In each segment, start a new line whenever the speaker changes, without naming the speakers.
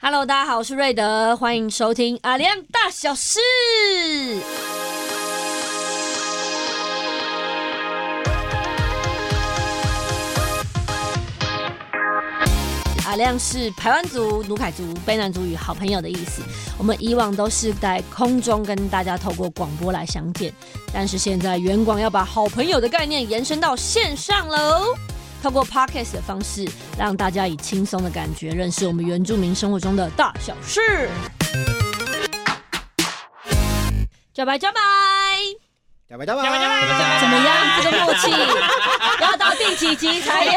Hello，大家好，我是瑞德，欢迎收听阿亮大小事。阿亮是排湾族、努凯族、卑南族与好朋友的意思。我们以往都是在空中跟大家透过广播来相见，但是现在远广要把好朋友的概念延伸到线上喽。透过 podcast 的方式，让大家以轻松的感觉认识我们原住民生活中的大小事。加白加白，
加白加白，
怎么样？这个默 契要到第几集才有？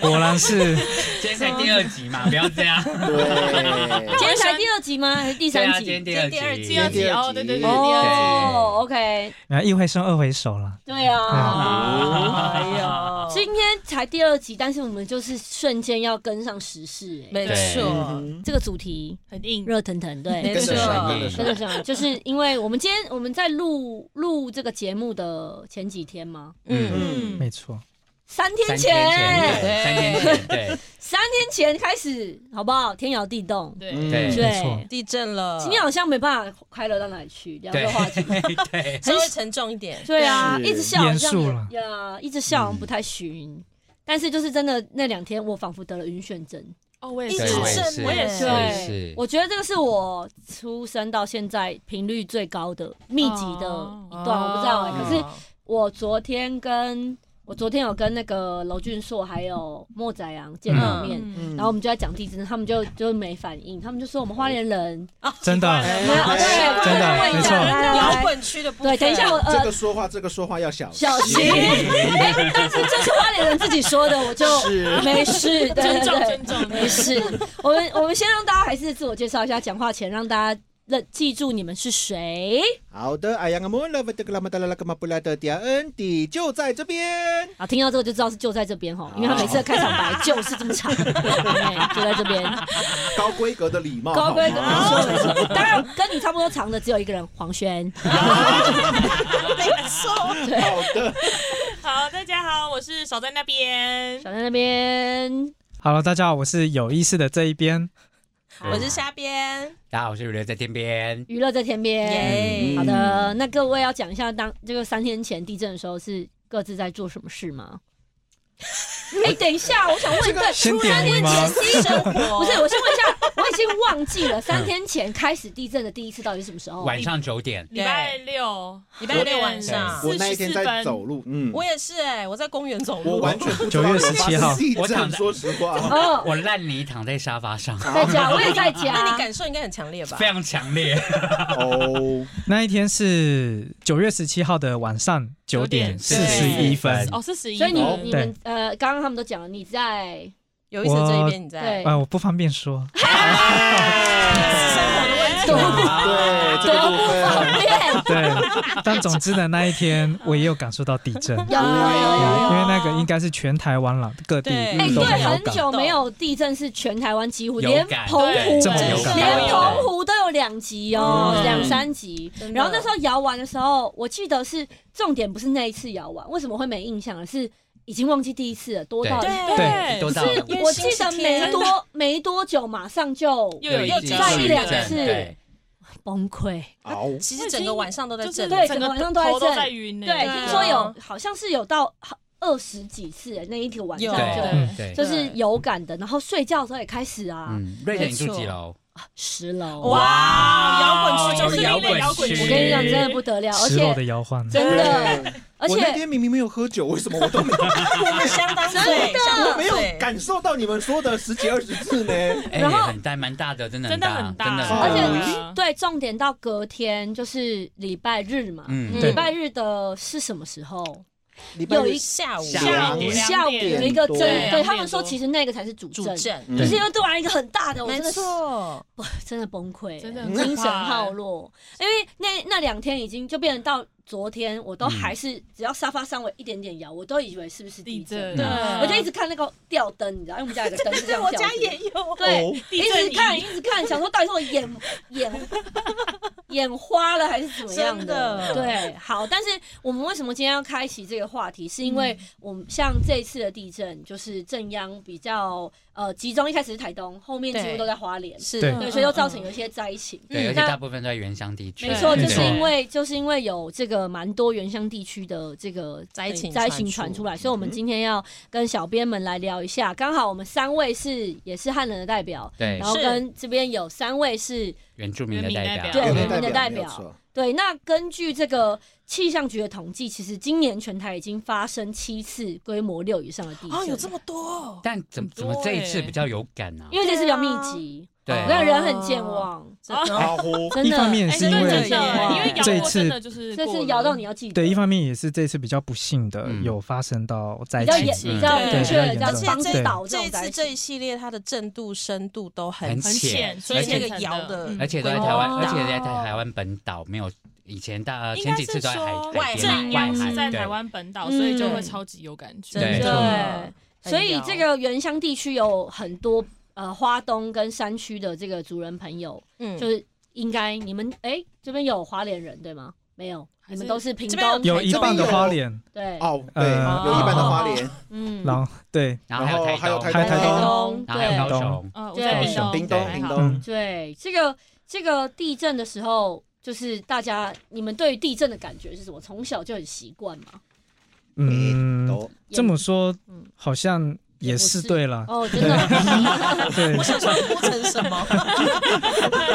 果然是
今天才第二集嘛，不要这样。
对，
今天才第二集吗？还是第
对
三
啊今天
集？
第二
第二
集，
第二集哦，对对对，第二集。
哦，OK，
呃一回生二回熟了。
对啊。
哎 呦，
今天才第二集，但是我们就是瞬间要跟上时事、哎，
没错，
嗯
这个主题
很硬。
热腾腾，对，
没
跟
错
着神，跟着
真
神，
的想，就是因为我们今天我们在录录这个节目的前几天吗？
嗯，
嗯，
没错，
三天
三
前，
天前，
前
对，三天前，对
三天前开始，好不好？天摇地动，
对，
对
没错
对。
地震了，
今天好像没办法快乐到哪里去， 聊这个 话题。
对，
稍微沉重一点。
对啊，
是
一直笑好
严肃
像
了
也呀，一直笑好像不太行。但是就是真的那两天，我仿佛得了晕眩症。
哦，我也
对
地
我也
震
是
呢，我也
是
是。
对
是，
我觉得这个是我出生到现在频率最高的、密集的一段，我不知道哎、
哦
可是我昨天跟我昨天有跟那个娄俊硕还有莫宰阳见到面，
嗯
然后我们就在讲地震，他们就就没反应，他们就说我们花莲人，啊
真的，
哎
没有对
真的
我问一
没
下
错
来来来
摇滚区的部分。
对，等一下我
这
呃
个说话，这个说话要小
小心，哎但是这是花莲人自己说的，我就是没事，对对
尊重
对
尊重
没事。我们我们先让大家还是自我介绍一下，讲话前让大家认记住你们是谁。
好的，哎呀，我们 love 这个拉玛达拉拉格玛布拉的迪亚恩迪就在这边。
啊，听到这个就知道是就在这边哈，因为他每次的开场白就是这么长，哎就在这边。
高规格的礼貌，
高规格
哦好吗
没错没错， 当然跟你差不多长的只有一个人，黄轩。
没错。
好的，
好，大家好，我是守在那边，
小在那边，
好了，大家好，我是有意思的这一边，
我是虾边，
大家好，我是雨流在天边，
娱乐在天边。嗯
耶。
好的，那各位要讲一下当这个三天前地震的时候是各自在做什么事吗？ 哎，等一下，我想问一个，
先点
嗯
名吗？
新生活
不是，我先问一下，我已经忘记了三天前开始地震的第一次到底是什么时候？
晚上九点，
礼拜六，
礼拜六晚上
对
我那一天在走路，嗯，
我也是哎，我在公园走
我
路，
完全不知
9
道
月17号
我
我
讲
躺
说实话，
哦，
我烂泥躺在沙发上，
在家，我也在
那你
家。
感受应该很强烈吧
非？常 强烈，
哦，
那一天是九月十七号的晚上九点四十一分。
哦，是十一，
所以你
哦
你们呃，刚刚他们都讲了，你在
有意思，这一边你在
对
啊，我不方便说，
生活的问题
多
吗。
对这个
多
部
不
分，
方便。
对。但总之呢，那一天我也有感受到地震，
有有有有有
因为那个应该是全台湾了，各地
对
哎、
嗯
都
对，
很有
很
感。
久没有地震，是全台湾几乎
有
连
感
澎湖，
对
这么有感
连澎
有
湖都有两集哦，
嗯
两、三集。
真的
然后那时候摇完的时候，我记得是重点不是那一次摇完，为什么会没印象了？是已经忘记第一次了，多到
对
对
都到
是
因为
我记
星期
得
天
没 多没多久，马上就
又有
一
一
集
再一两
地震
次
对
崩溃。
哦，
其实整个晚上都在
就是
震，
对
整
整个
个
晚上都在
头都
震
在晕呢。
对，
啊
听说有好像是有到二十几次欸那一条晚上
有
就
对对对，
就是有感的，然后睡觉的时候也开始啊，
嗯，瑞典你住几楼？
十楼
哇摇滚区就是
摇滚
摇滚
区，
区
我跟你讲，真的不得了，而
十楼
且
的摇晃，
真的，
对，
而
我那
且
天明明没有喝酒，为什么我都没有，我没
相当
真的
对，相当
我 没有
对
感受到你们说的十几二十次呢？
哎，
然后
很大，蛮大的，真的
真的很
大，
大，
真的很
而
大，
且
对，重点到隔天就是礼拜日嘛，
嗯，
嗯
礼拜日的是什么时候？
礼拜
有
日
一
下午
下午一点
下午有一个震，对
两点
多
对他们说，其实那个才是主
主
震，
震，
嗯
就是又突然一个很大的，我
没
真的是
错，
真的崩溃，
真的很
精神
可怕
耗落，因为那那两天已经就变成到昨天，我都还是只要沙发稍微一点点摇，我都以为是不是
地
地震
震，，
对
我就一直看那个吊灯，你知道，因为我们家有个灯是这样
我
吊
家
着
也有，
对
哦，
地
一
震
直看，
仪
一直看，想说到底是我眼眼眼花了还是怎么样
真的
对，好，但是我们为什么今天要开启这个话题？是因为我们像这一次的地震，就是正央比较呃集中，一开始是台东，后面几乎
对
都在花莲，
是
对
对，所以就造成有一些灾情。嗯
对，而且
那
大部分在原乡地区。
没错，
对
就是
没错
因为就是因为有这个蛮多原乡地区的这个
灾情
灾
传
情
出
传出来，所以我们今天要跟小编们来聊一下。刚好我们三位是也是汉人的代表，
对
然后
是
跟这边有三位是
原住民的
原民
代
代
表，
对
有
原
的
民的代
没有
表
错
对。那根据这个气象局的统计，其实今年全台已经发生七次规模六以上的地震，
啊，有这么多，
但怎么
很
怎
多
么这一次
欸
比较有感啊？
因为这次比较密集，
对
我看人很健忘，
哦
阿呼，
真
一
的
方。面
哎
是
对
因
真
为
的
哇
欸，因为
啊这
摇
一
过
次
真的就是
这
过
次
了
摇到你要记得，
对，一方面也是这次比较不幸的
嗯
有发生到灾
比较
情
严，，比
嗯
较明确的
对
这样
而且
帮
这
倒这
这
种
一
灾
次
情。
这一系列它的震度、深度都很
很
很
浅
浅，所
而
以
且
那
这个摇的
嗯
而且都在
哦
台湾，而且在台湾本岛没有以前大
应
前
该
几次
是
都在海
说
海边
正
嘛
央
外海
是在
对
台湾本岛，
嗯
所以就会超级有感觉。
真
对
的，
对，所以这个原乡地区有很多呃花东跟山区的这个族人朋友，
嗯
就是应该你们哎、这边有花莲人对吗？没有，
还
你
是
们都是屏
这边有
东
有一半的花莲，
对，
哦，对，
呃
有一半的花莲，
嗯
然后对，
然后
然后还有
台
台
东
东
东
然后还有
对
高雄，
呃，我在
对
屏东，
屏东
还
屏
好
东
嗯，
对，这个这个地震的时候。就是大家，你们对于地震的感觉是什么？从小就很习惯嘛。
嗯，
都
这么说啊
嗯
好像也是对了，
哦，真的，
对
我，想说哭成什么？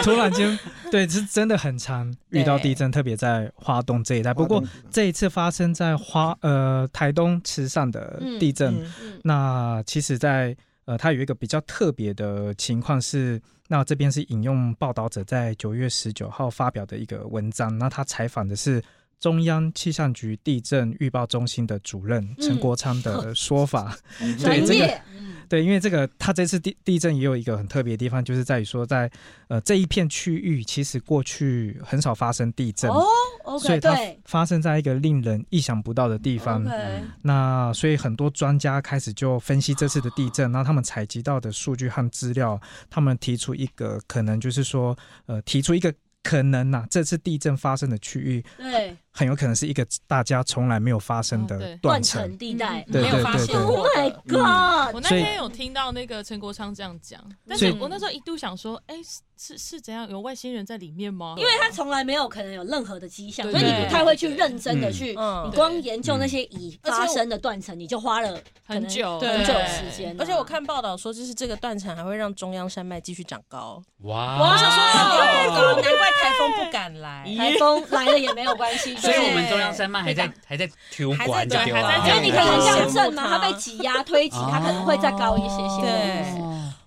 突然间，对，是真的很常遇到地震，特别在花东这一
哎
带。不过这一次发生在花呃台东池上的地震，
嗯
嗯，
那其实在，呃，它有一个比较特别的情况是，那这边是引用报道者在九月十九号发表的一个文章，那他采访的是中央气象局地震预报中心的主任陈国昌的说法。
嗯 专
对这个
业，嗯
对，因为这个它这次地地震也有一个很特别的地方，就是在于说在，呃这一片区域其实过去很少发生地震，
哦
所
，OK，
以它
对
发生在一个令人意想不到的地方。嗯
，OK，
那所以很多专家开始就分析这次的地震，然后他们采集到的数据和资料，他们提出一个可能就是说，呃，提出一个可能呐、这次地震发生的区域
对，
很有可能是一个大家从来没有发生
哦
的
对
断
断
层。
层地带，
嗯没有发现
对对对
，Oh
过
my
的。
god！
我那
所以
天有听到那个陈国昌这样讲，但
所
是
以
我那时候一度想说，哎，是是是怎样有外星人在里面吗？
因为他从来没有可能有任何的迹象，
对
所以你不太会去认真的
嗯
去，
嗯
你光研究那些已发生的断层，你就花了可
很
能
久
很久的时
对
间啊。
而且我看报道说，就是这个断层还会让中央山脉继续长高。
哇，
哇，
难怪台风不敢来。
台风来了也没有关系，
所以我们
对
中央山脉还在还在球
还在
馆就
对
丢
还
啊，
在
因为你可能像
对
震嘛，它被挤压推挤，它可能会再高一些些。
对，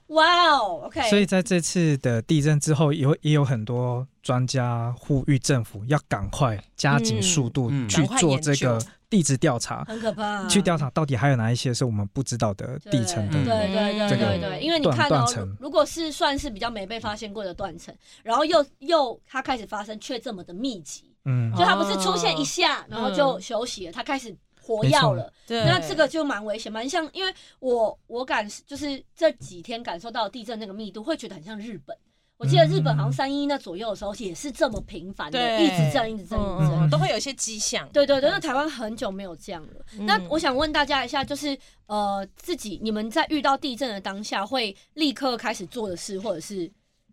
哇哦，OK，
哦所以在这次的地震之后，有也有很多专家呼吁政府要赶快加紧速度
嗯嗯
去做这
赶快
个
研究
地质调查，
很可怕。啊
去调查到底还有哪一些是我们不知道的地层
对
的
嗯
对对
这个
对对，因为你
断
看
断
哦，
层
如如果是算是比较没被发现过的断层，然后又又它开始发生却这么的密集，
嗯
就它不是出现一下，然后就休息了，它开始活药了。
对嗯
那这个就蛮危险，蛮像，因为我我感就是这几天感受到地震那个密度，会觉得很像日本。我记得日本好像三一那左右的时候也是这么频繁的，
对
一直震，一直震，一直震。
嗯都会有一些迹象。
对对对，那台湾很久没有这样了。
嗯
那我想问大家一下，就是呃，自己你们在遇到地震的当下，会立刻开始做的事，或者是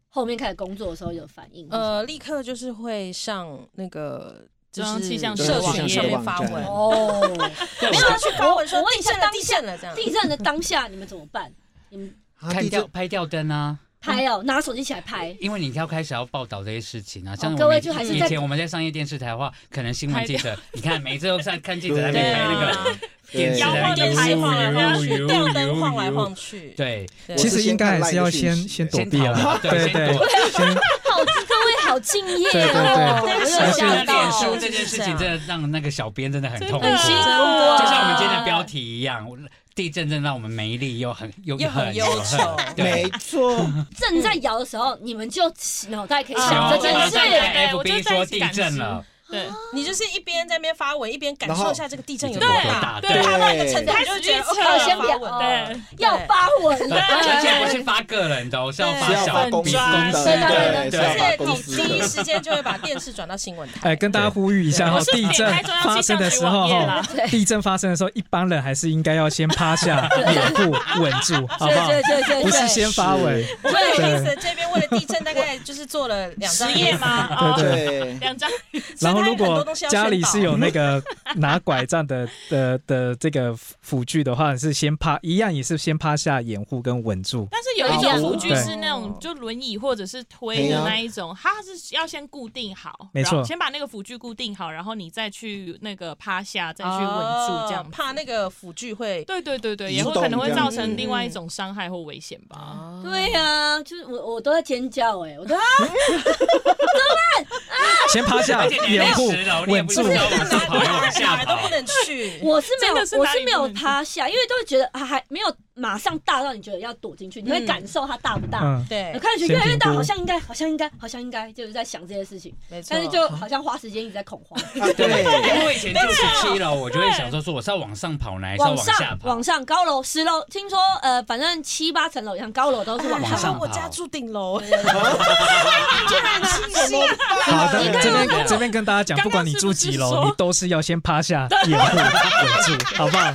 后面开始工作的时候有反应？呃，
呃，立刻就是会上那个就
中央
是
气象
社
局
网
群
页
上面发
网站
文，
哦，
对，
没有他去发文说
我我问
地
一下
震了，地震了这样。
地震的当下你们怎么办？你们
啊
拍
地
吊
震
拍吊灯啊，
拍哦，拿手机起来拍。
因为你要开始要报道这些事情啊，像
哦
我
各位
们
就还是
以
在
前我们在商业电视台的话，可能新闻记者，你看每一次都看看记者在那
对
边拍那
啊
个电视
摇晃
在那
着
边
拍
游
晃来
游
晃
游
吊灯晃来
游
晃去。
对，
对，
其实应该还是要
我
先
是先
先
看
躲避了，
赖的啊讯息
对对，先
好，各位好敬业
对对
哦，
对
我
对
有
而且
吓
脸
到
书。这件事情真的让那个小编真的很痛苦，
很辛苦
就
啊，
像我们今天的标题一样，地震真的让我们没力又很又
又很
很
忧
很
愁
没
对，
错，
正在摇的时候，你们就脑袋可以想
然
这
后
件
然后
事
在
哦对我就
FB
在
说
一起
地
感
震
受
了，
对，
哦
你就是一边在那边发文，一边感
然后
受一下这个地震有
有
多
多
大。
大？
对
对，啊
对，
他到一个程度，
开
你就
始
觉得
预测
哦
了先不要
发文
对
对，
要发文了，
而且不是发个人的哦，是要 发
是要
小
发
粉
公司
砖
的，
啊对对
对，是
对
要发
而且
公
你
司
第一
的。
时间就会把电视转到新闻台。
哎，跟大家呼吁一下哈
我，是
地
点
震
开中央
发
气
生
象
的
局
时
网
候
页
哈
啦，
地震发生的时候，一般人还是应该要先趴下、掩护、稳住，好不好？
对对对对
不是
对，
先发文，
我很有意思，这边为了地震大概就是做了两
实
张
业
A4
吗？哦，
对
对，
两张
然后
所
如
以它有很多
果
东西要宣
家
导哦
里是有那个 拿拐杖的的的这个辅具的话，是先趴，一样也是先趴下掩护跟稳住。
但是有一种
哦
辅具
对
是那种就轮椅或者是推的那一种，它是要先固定好，
没错
然后先把那个辅具固定好，然后你再去那个趴下，再去稳住这样
哦
子。
怕那个辅具会
对对对对，
移
也会
动
可能会
这样
造
子
成另外一种伤害或危险吧。
对呀、就是我我都在尖叫哎、我都啊
先趴下
而且你
掩护
没有石头你也
稳
不
住
知，道
哪
往上跑
哪
还往下
哪都
跑
不。能去。
我是没有
真的是
我
哪里
是没有
不能
趴下，因为都会觉得啊还没有马上大到你觉得要躲进去，你会
嗯
感受它大不大。
嗯，
我
对，
看上去越来越大，
先评估
哎好像应该，好像应该，好像应该，就是在想这些事情，
没错。
但是就好像花时间一直在恐慌，
啊对，
因为我以前住十七楼，我就会想说，说我是要往上跑呢，还是要
往
往下
上，
跑
往？上，高楼十楼，听说呃，反正七八层楼以上高楼都是往
往
上。
上跑
我家住顶楼，
好的
你看，
这
我
边这边跟大家讲，
刚刚
不管你住几
是不
楼，
是说
你都是要先趴下掩护稳住，好不好？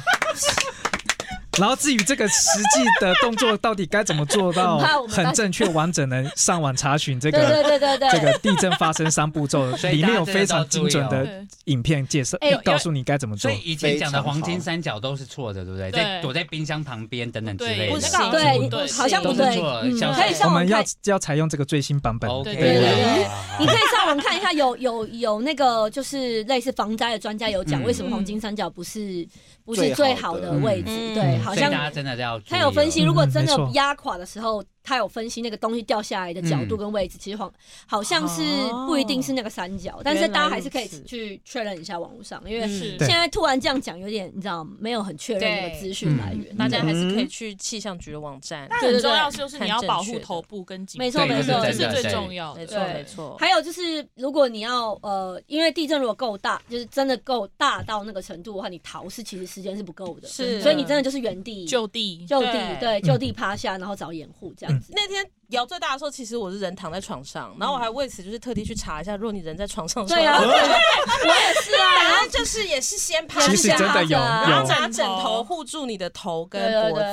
然后至于这个实际的动作到底该怎么做到
很怕我们大
很正确完整呢？上网查询这
对对
个
对对对，
这个地震发生三步骤，
所以
里面有
大家真的
非常
要注
精
意
准
哦
呃
的
对
影片介绍
哎有，
告诉你该怎么
所
做
以。以前讲的黄金三角都是错的，对不对？
非常好
在躲在冰箱旁边等等之
对，
类
不
那
是
个
对
好
对
行
像不对，
好像不
都是
对，
错的
嗯，
小
可以
心
上网
我们要
看，
要采用这个最新版本。
OK，
对
对对你可
好
以上网看一下，有有有那个就是类似防灾的专家有讲，
嗯
为什么黄金三角不是不是最
最
好
好
的
的
位置？
嗯
对，
嗯
好
所以大
像
家真的要注意
他有分析，
哦
如果真
嗯没
的
错
压垮的时候，他有分析那个东西掉下来的角度跟位置，其实好好像是
哦
不一定是那个三角，但是
原来
大家还是可以
如此嗯
去确认一下网络上，因为
是
对
现在突然这样讲，有点你知道没有很确认那个资讯来源，
嗯大家还是可以去气象局的网站。
但
对对
很重
对
要就是你
看
要
正
保
确
护
的
头部跟颈部，
没错
对
没错，
这
就是
对
是
对
最
对
重要
没
的。
错
对
没错，
还有就是，如果你要呃，因为地震如果够大，就是真的够大到那个程度的话，你逃是其实时间是不够的，
是
所以你真的就是原地
就地
就地
对嗯
对就地趴下，然后找掩护这样子。
那天摇最大的时候，其实我是人躺在床上，然后我还为此就是特地去查一下，如果你人在床上的时候，
对啊，
然 后
我也是啊，
反正就是也是先趴
其实
下，
真的有
然后
有，
拿枕头护住你的头跟脖子，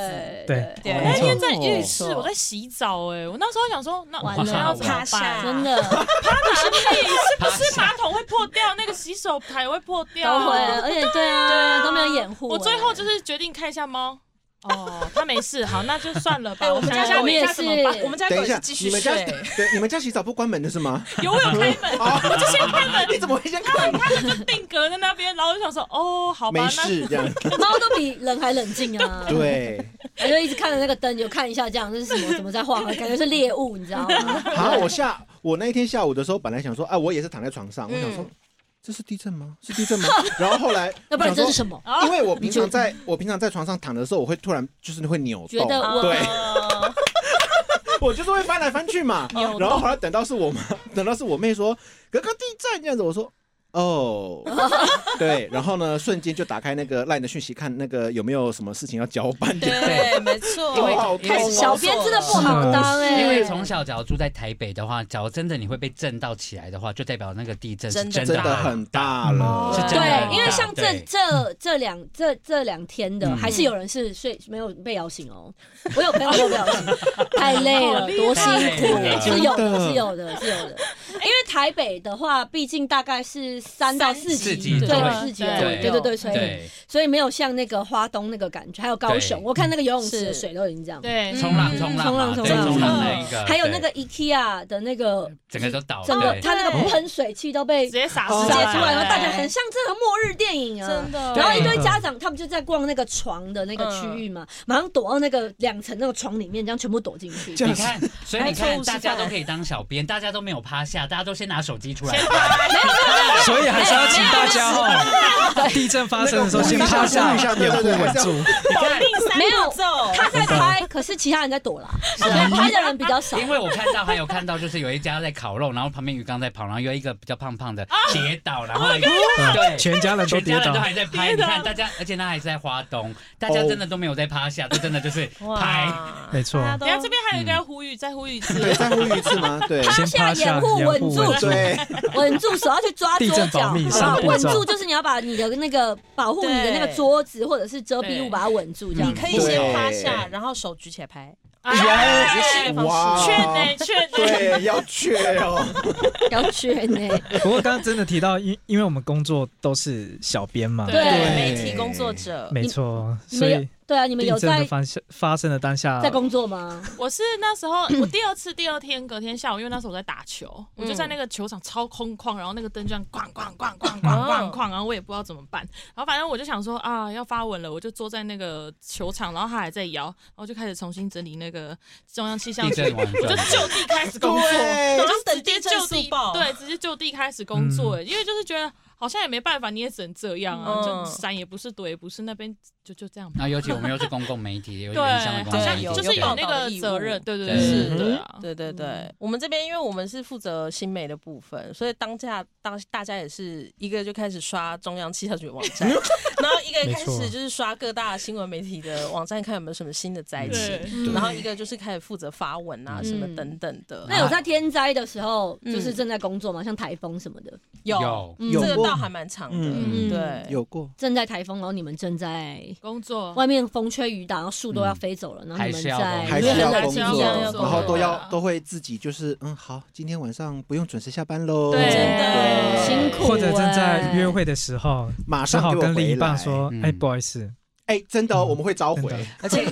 对对对
对哎
那
没错
天在浴室，
没错
我在洗澡，哎，我那时候想说，那
完
我想
了
要怎么
趴下
办？啊
真的
不是马桶会破掉，那个洗手台会破掉，
都会，而且对啊，都没有掩护。
我最后就是决定看一下猫。哦，它没事，好，那就算了吧。
哎，我
我
们
想
家
一下
狗
也
也
是
是，我们家狗
等一
也
下
是继，续
你们家
睡，
对你们家洗澡不关门的是吗？
有我有开门，
哦
我就先开 门，
你怎么会先看？
定格在那边，然后我就想说，哦，好
没，
吧那
事这样，
猫都比人还冷静啊。，
对。
我就一直看着那个灯，就看一下这样，这是什么？怎么在晃？感觉是猎物，你知道吗？
好，我下我那一天下午的时候，本来想说，啊，我也是躺在床上，我想说
嗯，
这是地震吗？是地震吗？然后后来，
要不然
我
这
想
是
说，
什么？
因为我平常在我平常在床上躺的时候，我会突然就是会扭
觉
动，
得我
对
哦
我就是会翻来翻去嘛。
扭动
然后后来等到是我妈，等到是我妹说，哥哥地震这样子，我说。哦、对，然后呢，瞬间就打开那个 LINE 的讯息，看那个有没有什么事情要交办的。
对，没错，
因为
好
开始
痛哦
小编真的不好当哎、
因为从小只要住在台北的话，假如真的你会被震到起来的话，就代表那个地震是
真的
真
真
的
的很大了，
哦
是真的
对，
很大
因为像这
对
这这两这这两天的，
嗯
还是有人是睡没有被摇醒哦。 我有朋友没有被摇醒，太累了，
好厉害
多辛苦，
太
是
累
有
了
的，
真的
是有的，是有的。因为台北的话，毕竟大概是三到四
四
级，
级
对
左右
四级而已，
对
对对对，所以
对，
所以没有像那个花东那个感觉，还有高雄，
对
我看那个游泳池的
是
水都已经这样，
对，嗯
冲浪冲浪嘛
冲浪
对
冲浪
冲浪那一个，
还有
对
那个 IKEA 的那个
整个都倒，
整个
对
它那个
对
喷水器都被
直接撒
直
哦
接
接
出来，然后
对
大家很像这个末日电影啊，
真的，
然后一
对
堆家长，他们就在逛那个床的那个区域嘛，马上躲到那个两层那个床里面，这样全部躲进去。
这
你
样
看，所以你看，大家都可以当小编，大家都没有趴下，大家都先拿手机出来，
所以还是要请大家哦，地震发生的时候先趴下，
那个
掩护稳住。
保命三
没有
步骤，
他在拍，可是其他人在躲啦，所以拍的人比较少。
因为我看到还有看到，就是有一家在烤肉，然后旁边鱼缸在跑，然后有一个比较胖胖的跌倒，然后对。
全家人都
全
跌
家人
倒
都，还在拍，
跌
你
倒
看大家，而且他还是在花东，大家
哦
真的都没有在趴下，都真的就是拍。
哇，
没错
大家都
等一下这边还有一个要呼吁，再呼吁一次，
对，再呼吁一次吗？ 对
趴
先
下
趴下，
掩护
掩
稳
护
住
稳住。
对，
稳住手要去抓桌
地震
角，
保
好
密
不好？
三步
稳
骤
住就是你要把你的那个保护你的那个
对
桌子或者是遮蔽物
对
把它稳住，这样
你
子。
可以先趴下，然后手举起来拍，
嗯哎，
哇
劝呢劝欸呢，
对，要确哦。
要欸确呢，
不过刚刚真的提到，因因为我们工作都是小编嘛，
对
媒体工作者，
没错，
你
所
们有
以
对啊，你们
地
有
震的
在
发生发生的当下，
在工作吗？
我是那时候，我第二次、第二天、隔天下午，因为那时候我在打球，我就在那个球场超空旷，然后那个灯就这样咣咣咣咣咣咣咣，然后我也不知道怎么办，然后反正我就想说啊，要发文了，我就坐在那个球场，然后它还在摇，然后就开始重新整理那个中央气象
地
局，
震完
我就就地开始工作，
对
我
然后
就直接
等地
就
震
地
速报
对，直接就地开始工作，因为就是觉得。好像也没办法，你也只能这样啊，
嗯
就伞也不是，躲也不是，那边就就这样吧。
然后尤其我们又是公共媒体，有
对，
影响的公
好
共
像
媒体，
有
就是
有报
有
道
那
的
个
义务
责任，对对
对
对，是
嗯
对啊，
对对对，我们这边因为我们是负责新媒的部分，所以当下当大家也是一个就开始刷中央气象局网站，然后一个开
没错
始就是刷各大新闻媒体的网站，看有没有什么新的灾情，
嗯对，
然后一个就是开始负责发文啊
嗯
什么等等的。
那有在天灾的时候，
嗯
就是正在工作吗？像台风什么的，
有
有
嗯
有
这个
过
倒还蛮长的，
嗯
嗯
对，
有过，
正在台风，然后你们正在
工作
外面风吹雨打，然后树都要飞走了，然后你们
嗯还是要
在
工
还
作
因
是
为很
要
难
工作，
想象
要工作
然后都
对
要
啊
都会自己就是嗯，好，今天晚上不用准时下班喽，
对
真的
辛苦
或者正在
欸
约会的时候，
马上
正好
给我
跟另
回
一
来
半说
嗯：“
哎，不好意思，
哎，真的哦，我们会召
真
回
的，
而且而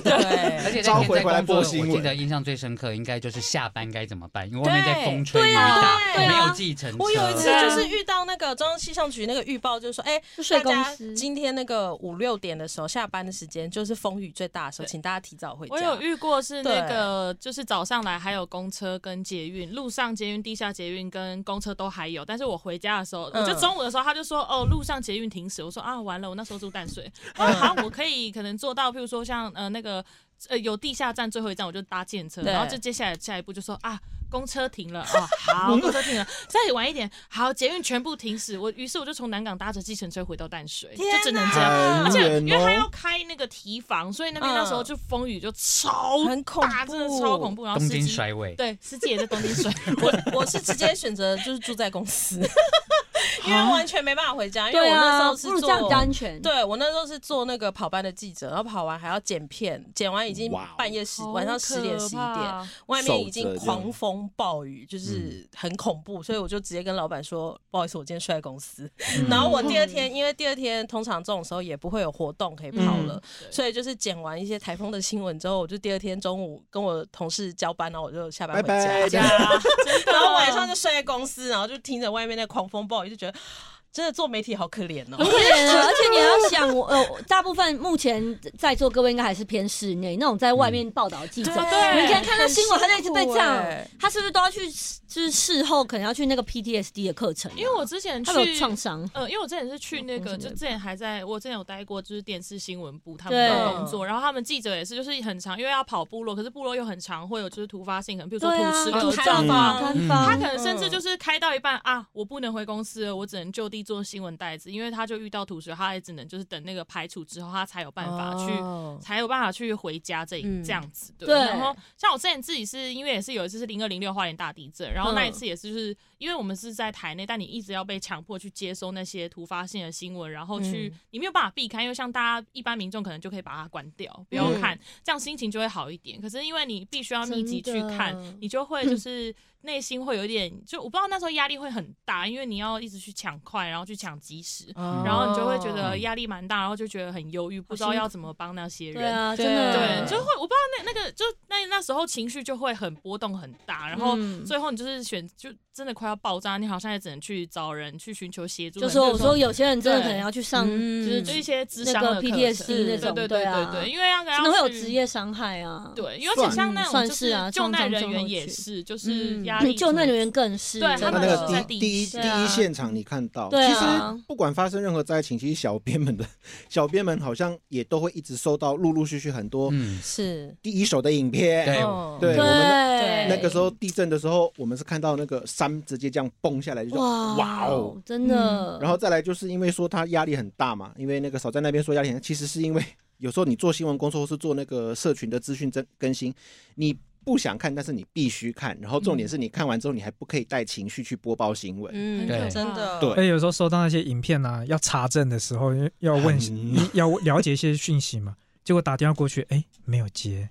对，
且
召
那
回
天
回来
在工
播
作，
新
我
闻
记得印象最深刻应该就是下班该怎么办，因为外面在
对
风吹雨
啊
打，
对
没
啊
有计程车。
我有一次
对啊
就是遇到那个中央气象局那个预报，就是说，哎、
就睡
大
公
家
司，
今天那个五六点的时候，下班的时间就是风雨最大的时候，请大家提早回家。
我有遇过是那个，就是早上来还有公车跟捷运，路上捷运、地下捷运跟公车都还有，但是我回家的时候，
嗯
我就中午的时候他就说哦，路上捷运停驶，我说啊完了，我那时候住淡 水，我说好，我可以可能做到，譬如说像呃那个。呃，有地下站最后一站，我就搭建车，
对
然后就接下来下一步就说啊，公车停了啊，好，
嗯
公车停了，再晚一点，好，捷运全部停驶，我于是我就从南港搭着计程车回到淡水，就
天
只能这样，而
很
且
远
因为他要
哦，
开那个提防，所以那边那时
嗯
候就风雨就超
很恐
大，
怖，
真的超恐。怖。然后
东
司
京
机
甩尾，
对司机也在东京甩，
我是直接选择就是住在 公司，因为完全没办法回家，因为
啊对
我那时
啊，
候
不如
是
这样比较
做。
安全。
对，我那时候是做那个跑班的记者，然后跑完还要剪片，剪完已经
哇哦
半夜十 晚上十点十一点，，外面已经狂风暴雨，就是很恐怖，所以我就直接跟老板说，不好意思，我今天睡在公司。 然后我第二天，因为第二天通常这种时候也不会有活动可以跑了，所以就是剪完一些台风的新闻之后，我就第二天中午跟我同事交班，然后我就下班回家，
拜拜
这样
哦
然后晚上就睡在公司，然后就听着外面那狂风暴雨，就觉得啊真的做媒体好可怜
很
哦。
可怜啊！而且你要想，我呃，大部分目前在座各位应该还是偏室内，那种在外面报道的记者，
哦对啊
你看看到新闻，他
很
就一直被
辛
这
苦
样
欸，
他是不是都要去就是事后可能要去那个 PTSD 的课程啊？
因为我之前
他们有
去
创伤，
呃，因为我之前是
嗯
去
我
那个，
真的
就之前还在我之前有待过，就是电视新闻部他们
对
嗯
的工作，然后他们记者也是，就是很长，因为要跑部落，可是部落又很长，会有就是突发性，可能比如说
对啊，
土石流
土
状
石流
况。
干
嗯
他
方
可能甚至就是开到一半啊，我不能回公司了，我只能就地做新闻袋子，因为他就遇到土石，他也只能就是等那个排除之后，他才有办法去，
哦
才有办法去回家这一、
嗯
这样子。对，
对
然后像我之前自己是因为也是有一次是零二零六花莲大地震，然后那一
嗯
次也是就是、因为我们是在台内，但你一直要被强迫去接收那些突发性的新闻，然后去、
嗯
你没有办法避开，因为像大家一般民众可能就可以把它关掉，不要
嗯
看，这样心情就会好一点。可是因为你必须要密集去
真的
看，你就会就是内心会有一点，就我不知道那时候压力会很大，因为你要一直去抢快，然后去抢及时，
嗯
然后你就会觉
哦
得压力蛮大，然后就觉得很忧郁，不知道要怎么帮那些
对
人。
啊，
对
真的
对，就会我不知道那那个就那那时候情绪就会很波动很大，然后
嗯
最后你就是选就真的快要爆炸，你好像也只能去找人去寻求协助。
就说我说
有。
有些人真的可能要去上，就
嗯
是
就一些智
那
商
个
的课程嗯
PTSD 那种
对对
对啊
对对，因为那个
可
要
能会有
去
职业伤害啊。
对，因为而且像那种
算
就是
啊
救难
创伤
人
症候
员也
群
是，就
嗯
是压 力
救难人员更是
对
那
真
他
那
们
的
都
个
是在
第
地
第一
下
第一现场你看到，
对
其
啊
实不管发生任何灾情，其实小编们的小编们好像也都会一直收到陆陆续续很多
嗯，
是，
第一手的影片。
对
哦
嗯
对
对
我们的
对
哎
那个时候地震的时候，我们是看到那个山直接这样崩下来，就说
哇
哇哦，
真的。
然后再来就是因为说他压力很大嘛，因为那个少在那边说压力很大，其实是因为 有时候你做新闻工作或是做那个社群的资讯更更新，你不想看，但是你必须看。然后重点是你看完之后，你还不可以带情绪去播报新闻。
嗯
对
真的，
对
而且哎有时候收到那些影片啊，要查证的时候要问
嗯
要了解一些讯息嘛，结果打电话过去，哎，没有接，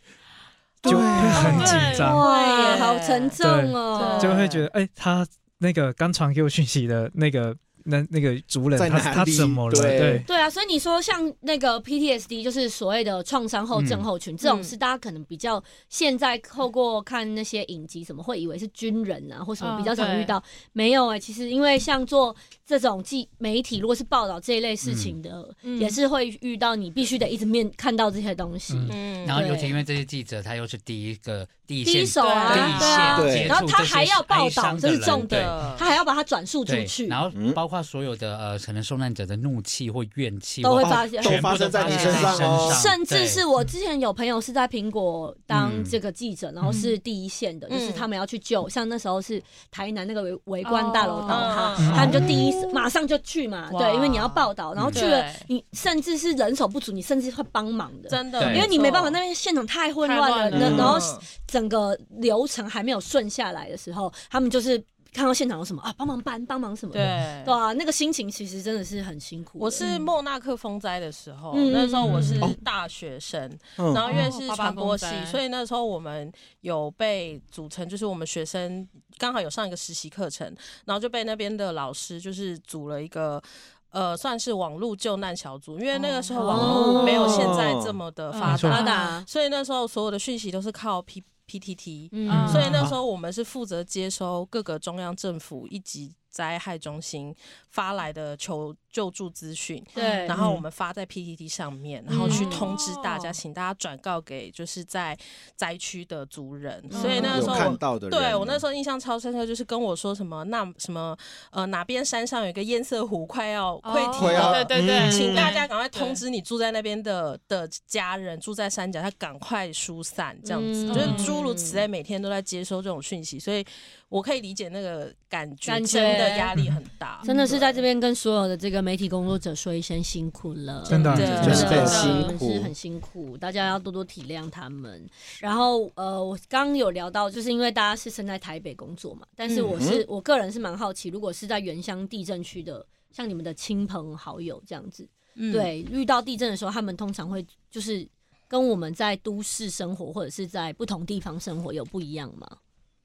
就会很紧张，
哇，
对
好沉重哦！
就会觉得哎，他那个刚传给我讯息的那个那那个族人，
在
他
哪
他
里
怎么了？
对
对，
对啊，所以你说像那个 PTSD，就是所谓的创伤后症候群、这种是大家可能比较现在透过看那些影集什么，会以为是军人啊或什么
嗯
比较常遇到。没有哎、其实因为像做这种记媒体，如果是报道这一类事情的，
嗯
也是会遇到你必须得一直面看到这些东西。
嗯
嗯
然后尤
对
其因为这些记者他又是第一个第一
第一
线
手啊，对
第一
啊，
线
对
接触
然后他
这些
还要报
哀伤
道，
的
这是
人
重
对
点，他还要把它转述出
对，
去，
然后
嗯
包括所有的呃，可能受难者的怒气或怨气，
都会
或
发现
哦都
全
发
部
生
都
在
发
你
泄
身
在
上哦。
身上
甚至
对
是我之前有朋友是在苹果当这个记者，然后是第一线的，
嗯
就是他们要去救，像那时候是台南那个围围观大楼倒塌，
嗯
他们就第一马上就去嘛，
哇
对，因为你要报道，然后去了
对，
你甚至是人手不足，你甚至会帮忙的。
真的，
对
因为你没办法，那边现场太混乱了，
太
那
乱
然后
嗯
整个流程还没有顺下来的时候，他们就是看到现场有什么啊，帮忙搬，帮忙什么的，
对
对啊，那个心情其实真的是很辛苦的。
我是莫纳克风灾的时候，
嗯
那时候我是
嗯嗯
大学生，
嗯
然后因为
哦
是
八八
传播系
风灾，
所以那时候我们有被组成，就是我们学生刚好有上一个实习课程，然后就被那边的老师就是组了一个。呃，算是网络救难小组，因为那个时候网络没有现在这么的发
哦
达，
嗯阿达，
所以那时候所有的讯息都是靠 P P T T，
嗯
所以那时候我们是负责接收各个中央政府一级灾害中心发来的求救助资讯，
对，
然后我们发在 PPT 上面，然后去通知大家，
哦
请大家转告给就是在灾区的族人。
嗯
所以那
有
时候
看
我。
到的人，啊
对我那时候印象超深刻，就是跟我说什么那什么呃哪边山上有一个堰塞湖快要
哦
溃堤
会啊
了，
对对对，
嗯
请大家赶快通知你住在那边的的家人，住在山脚下，赶快疏散，这样子，
嗯
就是诸如此类，每天都在接收这种讯息，所以我可以理解那个感觉，
感觉嗯
真的压力很大，
真的是在这边跟所有的这个媒体工作者说一声辛苦了，
真的啊
真的
就是
真的
啊很辛
是
苦
很辛苦，大家要多多体谅他们。然后呃，我刚刚有聊到，就是因为大家是身在台北工作嘛，但是我
嗯
是、我个人是蛮好奇，如果是在原乡地震区的，像你们的亲朋好友这样子，
嗯，
对，遇到地震的时候，他们通常会就是跟我们在都市生活或者是在不同地方生活有不一样吗？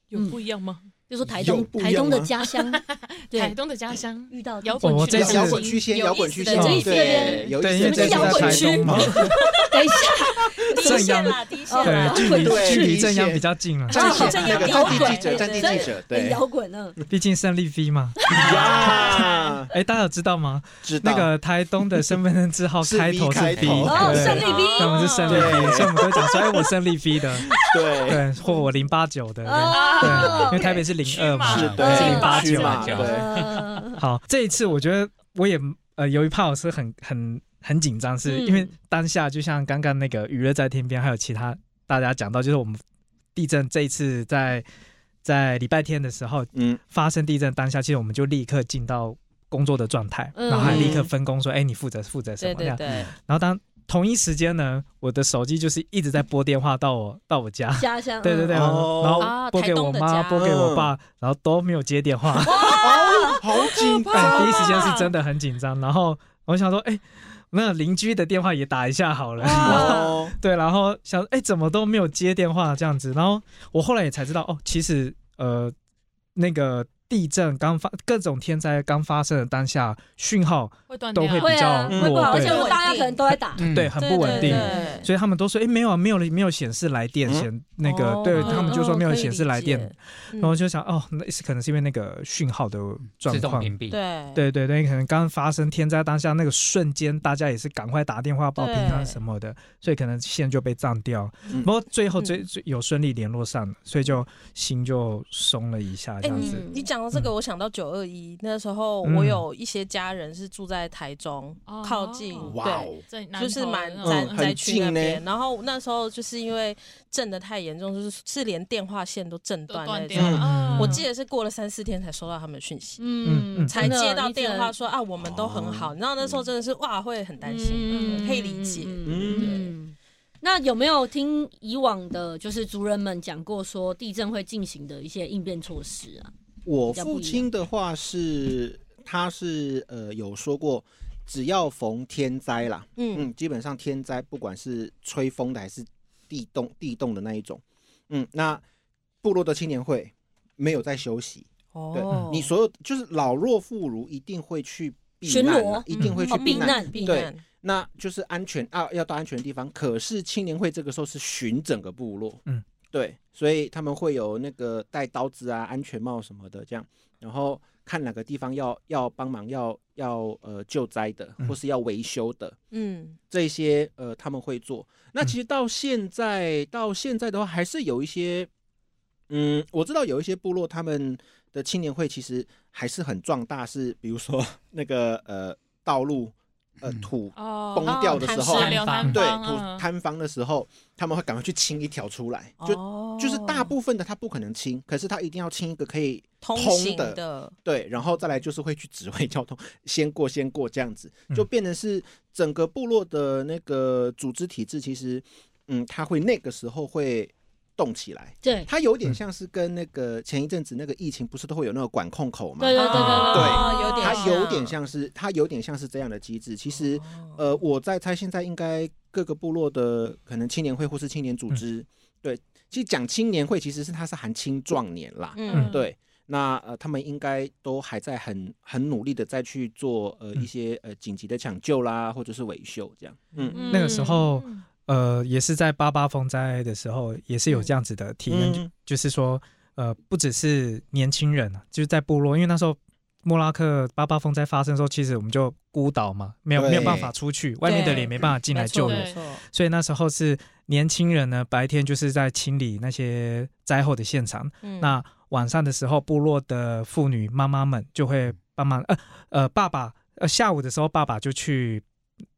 有
嗯
不一样吗？
就说台
有
东
不一
台
样
东的
吗
家乡，
台
对，
东的家乡
嗯
遇到地
摇
震
滚
我
区
这
的
次
东
摇
西
滚曲线，
有
摇
意
滚
思
曲
的
线
这
东
一
西
次这
对
边，
有
对，因
意
为
思
这是
的
这次在
摇滚
台
区
东嘛，
等一下，
嗯低线啦，低 线
对
啦，
对，距
对
离距
一
离正阳
线
比较近了，
啊
战
好
地
像
那个
摇
战
滚
地记者，
对
战地记者，
很
对
摇滚呢，
毕竟胜利 V 嘛。
呀，
哎，大家有知道吗？
知道
那个台东的身份证字 号
是
开
V
头是
开
V，
头
哦，
对
胜利
那我
B
们是胜
对
利 B，所以我们都会讲说，哎，我胜利 B 的，
对。
对，或我零八九的，对
哦，
因为台北是零二嘛，
是
对
是零八
是
九啊
嘛
嘛。
对
呃
好，这一次我觉得我也呃有一趴我是很很很紧张，是
嗯
因为当下就像刚刚那个娱乐在天边，还有其他大家讲到，就是我们地震这一次在在礼拜天的时候
嗯，
发生地震当下，其实我们就立刻进到工作的状态，
嗯
然后还立刻分工说，哎，你负责负责什
对
么那
对
嗯
样。
对，
然后当同一时间呢，我的手机就是一直在拨电话到我到我家，
家乡，
对对对，
嗯
哦
然
啊
后拨给我
台东
妈，
的家
拨给我爸，然后都没有接电话。
哦，好紧 张
哎
哦
啊
但第一时间是真的很紧张，然后我想说，哎、那邻居的电话也打一下好了。
哦，
对，然后想，哎、怎么都没有接电话这样子。然后我后来也才知道，哦，其实呃，那个地震刚发各种天灾刚发生的当下，讯号
会断掉
都会
会
比较
啊，会不好，
弱，
而且
对
我大家可能都在打，
嗯
嗯
对，很不稳定
嗯对。对对
所以他们都说，哎，没有啊，没有了，没有显示来电
嗯
显那个
哦，
对他们就说没有
可以
显示
理
来电，
解
然后就想，哦，那是可能是因为那个讯号的状
自动
况。
屏蔽。
对
对对对，可能刚发生天灾当下那个瞬间，大家也是赶快打电话报平安
对
什么的，所以可能线就被占掉。
嗯
不过最后最最有顺利联络上了，所以就心就松了一啊下，这
哎，
样
你
嗯
子。
你讲到这个，我想到九二一那时候，
嗯
我有一些家人是住在台中，
哦
靠近
哇
对，
哦，
在南
就是
投的
蛮宅
那种
嗯
宅
很
区那
近呢
边。然后那时候就是因为震的太严重，就是是连电话线都震
都
断
断
那
掉
种。
了。
嗯
啊
我记得是过了三四天才收到他们的讯息。
嗯嗯
才接到
真的
电话说啊，我们都
哦
很好。你知道那时
嗯
候真的是哇，会很担心，
嗯
可以理解。
嗯，那有没有听以往的，就是族人们讲过说地震会进行的一些应变措施啊？
我
比较不
父
一样
亲的话是，他是呃有说过，只要逢天灾啦，
嗯，
嗯，基本上天灾不管是吹风的还是地动地动的那一种，嗯，那部落的青年会没有在休息，
哦
嗯你所有就是老弱妇孺一定会去避
巡
难、
逻
啊，一定会去
哦，避
难，
难，
嗯避
对
难，
那就是安全啊，要到安全的地方。可是青年会这个时候是巡整个部落，
嗯，
对，所以他们会有那个带刀子啊、安全帽什么的这样，然后看哪个地方要要帮忙要要呃救灾的，
嗯
或是要维修的。
嗯，
这些呃，他们会做。那
嗯
其实到现在，到现在的话，还是有一些，嗯，我知道有一些部落他们的青年会其实还是很壮大，是比如说那个呃道路呃
嗯
土
哦，
崩掉的时候，
石榴
摊
摊
对
方
土
嗯
坍方的时候，他们会赶快去清一条出来，
哦
就、就
就
是大部分的他不可能清，可是他一定要清一个可以
通
通
行
的
的，
对，然后再来就是会去指挥交通，先过先过这样子，就
嗯
变成是整个部落的那个组织体制，其实，嗯，它会那个时候会动起来，
对
它有点
嗯
像是跟那个前一阵子那个疫情不是都会有那个管控口嘛，
对对
哦
对
有点
嗯它
像
有点像是它有点像是这样的机制，其实。
哦
呃，我在猜现在应该各个部落的可能青年会或是青年
嗯
组织，对，其实讲青年会其实是它是含青壮年啦，
嗯
对。那呃，他们应该都还在很很努力的再去做呃
嗯
一些呃紧急的抢救啦，或者是维修这样。嗯，
嗯
那个时候呃，也是在八八风灾的时候，也是有这样子的体验，
嗯
就就是说，呃，不只是年轻人啊，就是在部落，因为那时候莫拉克八八风灾发生的时候，其实我们就孤岛嘛，没有
对
没有办法出去，外面的人也没办法进来
没错
救
没
援，
错，
所以那时候是年轻人呢，白天就是在清理那些灾后的现场，
嗯
那晚上的时候，部落的妇女妈妈们就会帮忙，呃呃，爸爸，呃，下午的时候，爸爸就去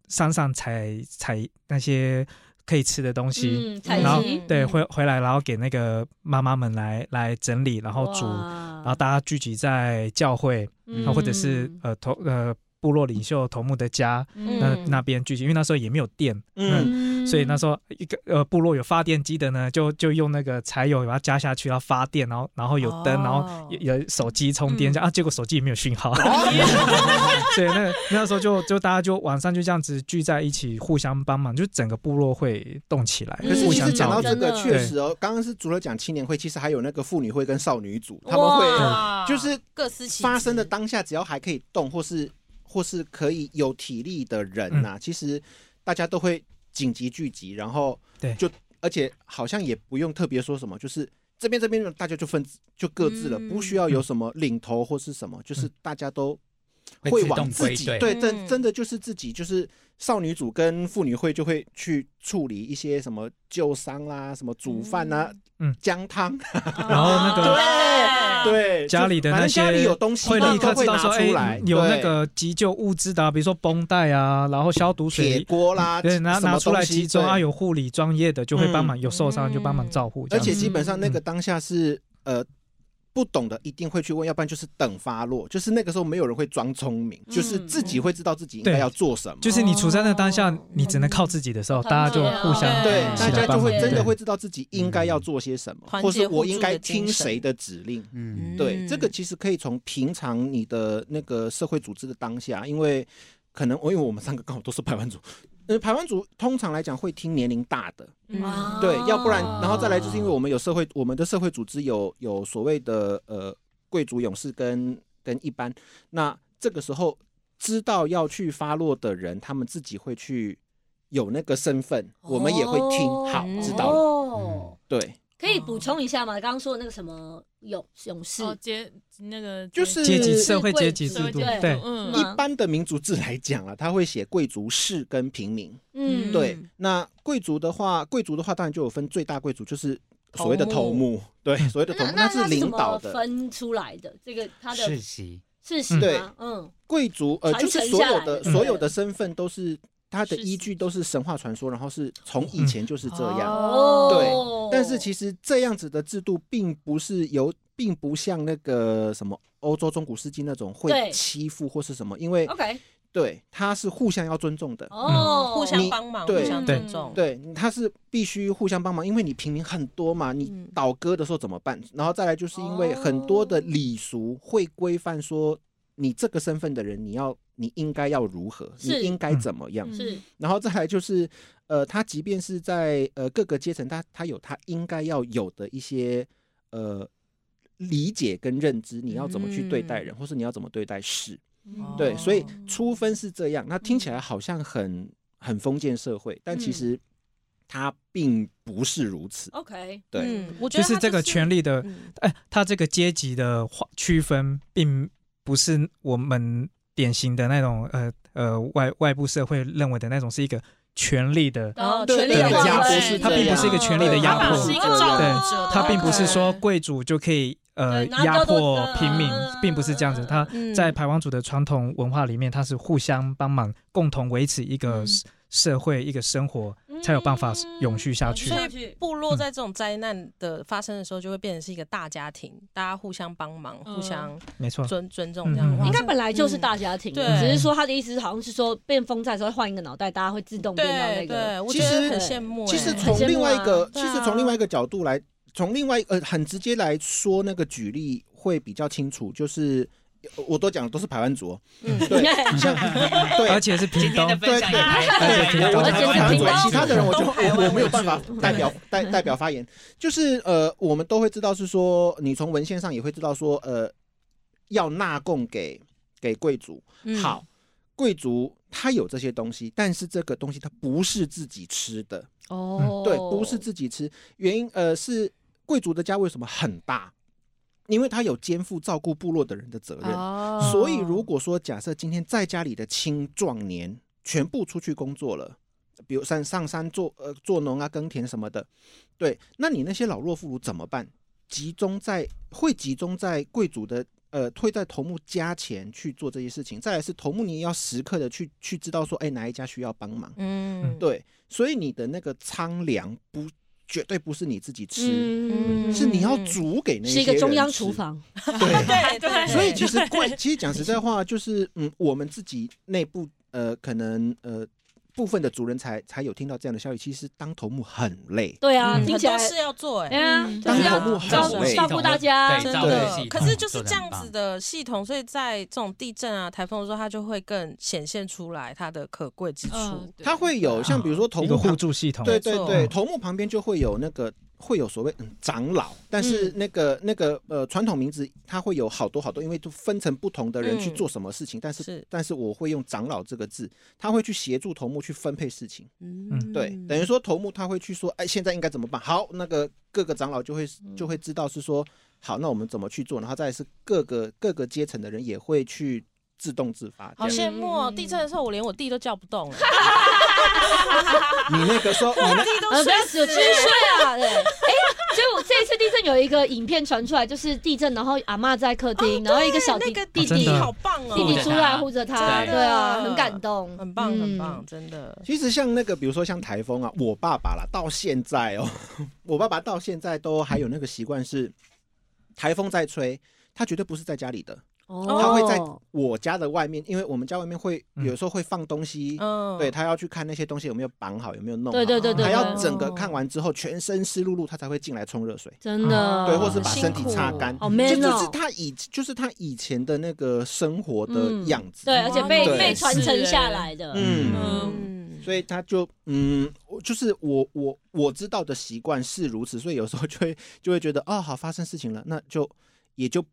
山上采采那些可以吃的东西，
嗯，采
然后
集，
对，
嗯
回回来，然后给那个妈妈们来来整理，然后煮，然后
后
大家聚集在教会，然后或者是呃头呃部落领袖头目的家。那
嗯嗯
那边聚集，因为那时候也没有电，
嗯
所以那时
候
候一个呃部落有发电机的呢，就就用那个柴油把它加下去，然后发电，然后然后有灯，然后
哦
有有手机充电
嗯
这样、啊，结果手机也没有讯号，
哦
所以那那时候就就大家就晚上就这样子聚在一起，互相帮忙，就整个部落会动起来，
嗯
可是
互
其
相
实讲到这
照应。
真
个，
的
确实哦，刚刚是除了讲青年会，其实还有那个妇女会跟少女组，他们
嗯
会就是
啊各司其职
发生的当下，只要还可以动，或是或是可以有体力的人呐、其实大家都会紧急聚集，然后
对
就而且好像也不用特别说什么，就是这边这边大家就分就各自了，
嗯
不需要有什么领头或是什么，就是
嗯
大家都。
会
会
自
往
动
自
归
己
队
对，
嗯
真真的就是自己，就是少女组跟妇女会就会去处理一些什么救伤啦、什么煮饭啊啦、
嗯
姜汤，
然后那个
对
对，
家
就
里的
反
那
正
些
家里有东西
会
嘛
立
都
刻知道
拿
说，
出来
哎，有那
对
个急救物资的啊、比如说绷带啊，然后消毒
铁
水，
锅啦，
对，拿
什么
拿出来
东西
集中啊，。
对
有护理专业的就会帮忙，
嗯
有受伤就帮忙
嗯
照护这
而
样子，嗯
且基本上那个当下是呃不懂的一定会去问，要不然就是等发落，就是那个时候没有人会装聪明，
嗯
就是自己会知道自己应该
对
要做什么。
就是你处在那当下
哦，
你只能靠自己的时候，
团
大家
结
就
啊
互相
对大
嗯，
起
家
来
就
帮忙
会真的
对
会知道自己应该要做些什么，
团
或
结
是我
互助
应该
的精
听
神
谁的指令。
嗯，
对，这个其实可以从平常你的那个社会组织的当下，因为可能因为我们三个刚好都是排湾族，呃，排湾族通常来讲会听年龄大的，
嗯
哦
对，要不然然后再来就是因为我们有社会，我们的社会组织有有所谓的呃。贵族勇士跟跟一般。那这个时候知道要去发落的人，他们自己会去有那个身份，我们也会听。好，知道了。
哦，
对，
可以补充一下吗？刚刚说的那个什么勇勇士，
哦，接那个
就是
阶级社会阶级制度
社会，
对，
嗯
吗
一般的民族志来讲啊，他会写贵族士跟平民。
嗯，
对，那贵族的话，贵族的话当然就有分最大贵族，就是所谓的头目，对，所谓的头
那
目，
那
是
是怎
领导
么
的
分出来的？这个它的
世袭，
事实
对
吗？嗯，
贵族，呃，
传
就是
承
所
下
有
来的
的
对
所有的身份都是它的
是
依据都是神话传说，然后是从以前就是这样。
哦，
但是其实这样子的制度并不是由，并不像那个什么欧洲中古世纪那种
对
会欺负或是什么，因为
OK，
对它是互相要尊重的。
哦，
互相
嗯你
帮忙，
对
互相
对
尊重，
对，嗯他是必须互相帮忙，因为你平民很多嘛，你
嗯哦
倒戈的时候怎么办？然后再来就是因为很多的礼俗会规范说，你这个身份的人，你要你应该要如何，你
是
应该怎么样？
嗯
是
然后再来就是，呃，他即便是在呃各个阶层，他他有他应该要有的一些呃理解跟认知，你要怎么去对待人，或是你要怎么对待事。
嗯
对，
哦
所以初分是这样，那听起来好像很很封建社会，但其实它并不是如此。
OK，
对，
嗯，我
就
觉得
是
他
这个权利的，
嗯
哎，它这个阶级的划区分，并不是我们典型的那种呃呃外外部社会认为的那种是一个权力的，
然
哦
后
对
哦权力
对
的
对
划
压
分
迫是
它并不是一个权力的压
他
迫
是一个
对
照
对
顾者，
它并不是说
OK
贵族就可以呃
对拿
压
刀都
迫
呃
平民
嗯嗯，
并不是这
嗯
样子
嗯。
它
嗯
在排湾族的传统文化里面，它是互相帮忙，共同维持一个
嗯
社社会一个生活，才有办法永续下去
所。
嗯
以部落在这种灾难的发生的时候，就会变成是一个大家庭，大家互相帮忙，
嗯
互相
没错，
尊尊重这样的话。
嗯
应该本来就是大家庭，
嗯对
只是说他的意思好像是说变风在的时候会换一个脑袋，大家会自动变到那
对
个
对，我
其
觉得
实
很羡慕欸。
其实
对
从
很羡
另
慕
外一个
啊，
其
对啊
实从另外一个角度来，从另外呃很直接来说，那个举例会比较清楚，就是呃我都讲都是排湾族哦，
嗯
对，像对
而。且是
今
屏
天
东
的，分享也还好，
对对对
我
我只
们
而且
讲
是
台湾
屏
族
东，
其他的人我就
都台
我
湾
我没有
为
办法
主
代表代代表发言。就是呃，我们都会知道是说，你从文献上也会知道说，呃，要纳贡给给贵族。
嗯
好，贵族他有这些东西，但是这个东西他不是自己吃的，
哦，
对，不是自己吃。原因呃是贵族的家为什么很大？因为他有肩负照顾部落的人的责任。
哦
所以如果说假设今天在家里的青壮年全部出去工作了，比如上上山做呃做农啊耕田什么的，对，那你那些老弱妇孺怎么办？集中在会集中在贵族的呃会在头目家前去做这些事情，再来是头目你也要时刻的去去知道说，哎哪一家需要帮忙，
嗯，
对，所以你的那个仓粮不绝对不是你自己吃，
嗯，
是你要煮给那些
是一个中央
人吃嗯
厨，房，
对。
对
对
所以其实 贵，其实讲实在话，就是嗯，我们自己内部呃，可能呃部分的族人才才有听到这样的消息。其实当头目很累，
对啊，
嗯
听
很
起来
多，事要做哎
哎。呀，
嗯
就是要
当头目很
照
累
照顾大家，
对
真
照顾
对
的
系，统
可是就是
做得
这样
很棒
子的系统，所以在这种地震啊、台风的时候，它就会更显现出来它的可贵之处
嗯。，对嗯
他会有像比如说头
一个
目
互
旁，
助系统。
对对
没错
对，头目旁边就会有那个。会有所谓嗯长老，但是
嗯
那个、那个呃传统名字，它会有好多好多，因为就分成不同的人去
嗯
做什么事情，但是
是
但是我会用长老这个字，他会去协助头目去分配事情。
嗯，
对，等于说头目他会去说，哎，现在应该怎么办？好，那个各个长老就会就会知道是说，好，那我们怎么去做？然后再来是各个各个阶层的人也会去自动自发。
好
这样
羡慕哦！地震的时候，我连我弟都叫不动哎，
你那个时候，你那
弟
呃，不要只有吃睡啊，对，哎。所以，我这一次地震有一个影片传出来，就是地震，然后阿嬷在客厅，然后一个小弟
那个
弟
真
弟
的
好棒哦，
弟弟出来护着
真
他，
的
对啊，很感动，
很棒
嗯
很棒，。真的。
其实像那个，比如说像台风啊，我爸爸啦，到现在哦， 我爸爸到现在都还有那个习惯是，台风在吹，他绝对不是在家里的，
哦
他会在我家的外面，因为我们家外面会
嗯
有时候会放东西，
嗯，
对他要去看那些东西有没有绑好，有没有弄好。
对对对对，
还要
对
整个看完之后全身湿漉漉，他才会进来冲热水，
真的，
对，
哦
或是把
辛
身体擦
苦
干。
好
这
man
就
哦
是。他以就是他以前的那个生活的样子，
对，而且被
对
被传承下来的，
欸嗯，
嗯，
嗯，
所以他就嗯，我就是我我我知道的习惯是如此，所以有时候就会就会觉得哦，好发生事情了，那就也就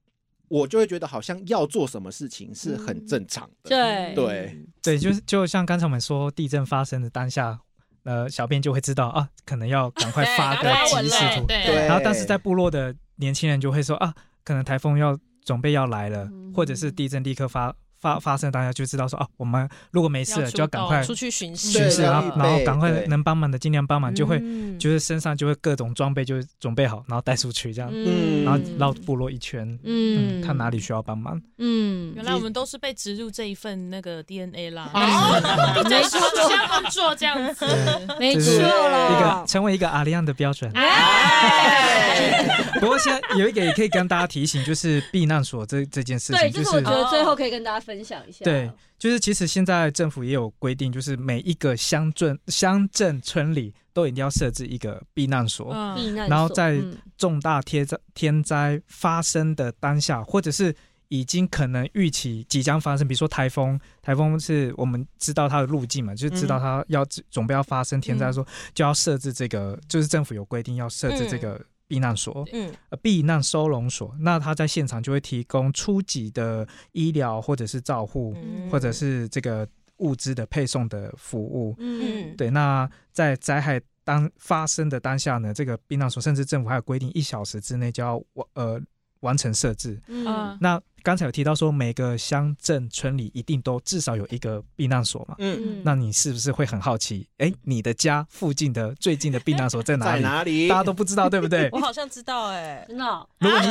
我就会觉得好像要做什么事情是很正常的。
对
对，
对，就是就像刚才我们说地震发生的当下，呃，小便就会知道啊，可能要赶快发
对
个
赶快
即
稳
时
了
图。
对
对
然后，但是在部落的年轻人就会说啊，可能台风要准备要来了，或者是地震立刻发发发生，大家就知道说啊，我们如果没事
要
了，
出
就要赶
动
快
出去巡视，
巡视，
对
然
要
后
预
然后
备
赶快
对
能帮忙的尽量帮忙，就会
嗯
就是身上就会各种装备就准备好，然后带出去这样，
嗯
然后绕部落一圈，嗯，看哪里需要帮忙。
嗯
原来我们都是被植入这一份那个 DNA 啦，
啊
哦，没错，就是要工作这样子，
没
就是
错
一
啦哦
个。成为一个阿里安的标
啊
准。
哎，
不过现在有一个也可以跟大家提醒，就是避难所这这件事
哎对，这
情，就是
我觉得最后可以跟大家分享一下。
对，就是其实现在政府也有规定，就是每一个乡镇、乡镇、村里都一定要设置一个避难所。
避
嗯，
难所，
然后再
嗯
重大天灾天灾发生的当下，或者是已经可能预期即将发生，比如说台风，台风是我们知道它的路径嘛，就
嗯
是知道它要准备要发生天灾的时候，就要设置这个，就是政府有规定要设置
嗯
这个避难所。
嗯，
呃避难收容所，那他在现场就会提供初级的医疗或者是照护，
嗯
或者是这个物资的配送的服务。
嗯
嗯，
对，那在灾害当发生的当下呢，这个避难所甚至政府还有规定，一小时之内就要完呃完成设置。
嗯
嗯，
那刚才有提到说，每个乡镇村里一定都至少有一个避难所嘛。
嗯，
那你是不是会很好奇？哎，你的家附近的最近的避难所在哪
在
里？
哪里？
大 家都不知道，对不对
我？好像知道哎，
真的哦
如果你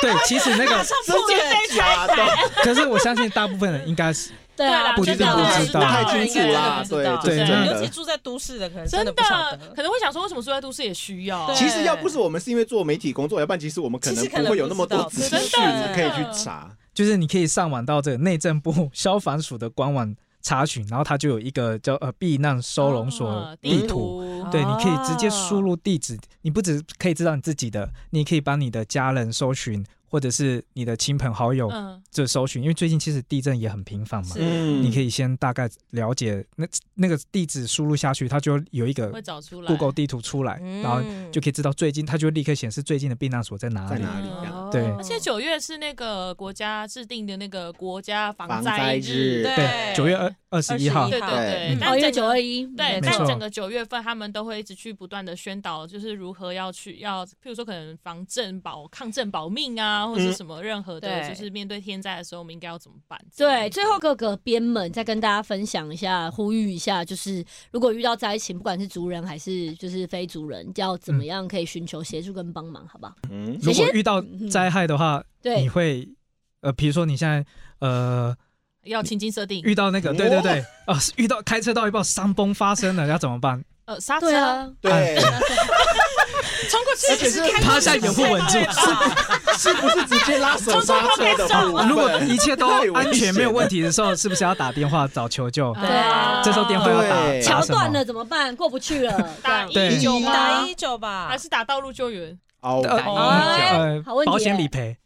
对，其实那个
真的假的？
可是我相信大部分人应该是
对
对
啊
啦，
不
真
知道
的
不知道
太清楚啦
真的不
对
知道
对
尤
真的
其住在都市的可能
真
真的不晓
的
得
可。能会想说，为什么住在都市也需要？
对
其实要不是我们是因为做媒体工作，要不然其实我们可能
其实可能
不会有那么多
不
资
知
道
讯
真的
可以去查。
就是你可以上网到这个内政部消防署的官网查询，然后它就有一个叫呃避难收容所
啊
地图。，对，你可以直接输入地址，你不只可以知道你自己的，你也可以帮你的家人搜寻，或者是你的亲朋好友
嗯，
就搜寻，因为最近其实地震也很频繁嘛，
是
嗯
你可以先大概了解那那个地址输入下去，它就有一
会
个
找出来。
Google 地图出来，
嗯
然后就可以知道最近，它就立刻显示最近的避难所在哪
在
里。
哪里？
嗯
这样
哦
对
而且九月是那个国家制定的那个国家防
防
灾
灾日
对
对，九月二二十一号
21
对对
号
对
嗯，
但
哦，因为
整
九
个
二一，
没
对，但
错
整个九月份，他们都会一直去不断的宣导，就是如何要去要，譬如说可能防震保、抗震保命啊，或者是什么任何的，
对
就是面对天灾的时候，我们应该要怎么办？
对，最后各个编们再跟大家分享一下，呼吁一下，就是如果遇到灾情，不管是族人还是就是非族人，要
嗯
怎么样可以寻求协助跟帮忙，好不好？
嗯，
如果遇到灾害的话，你
对，
会呃，比如说你现在呃
要情境设定，
遇到那个，对对对，哦、是遇到开车到一半山崩发生了，要怎么办？
呃，刹车
对，啊，
对，
冲过去，
而且是
趴下也不稳住。
是不是直接拉手刹车的部分？
如果一切都
太危险了
安全没有问题的时候，是不是要打电话找求
哦
救？
对啊
这时候电话要打
对
打
桥
哎啊什
断
么
了？怎么办？过不去了，
打
这样
一九
对
吗
打？一九吧，
还是打道路救援？
哦，
呃
打一
哎
呃
好问，题
保险理赔，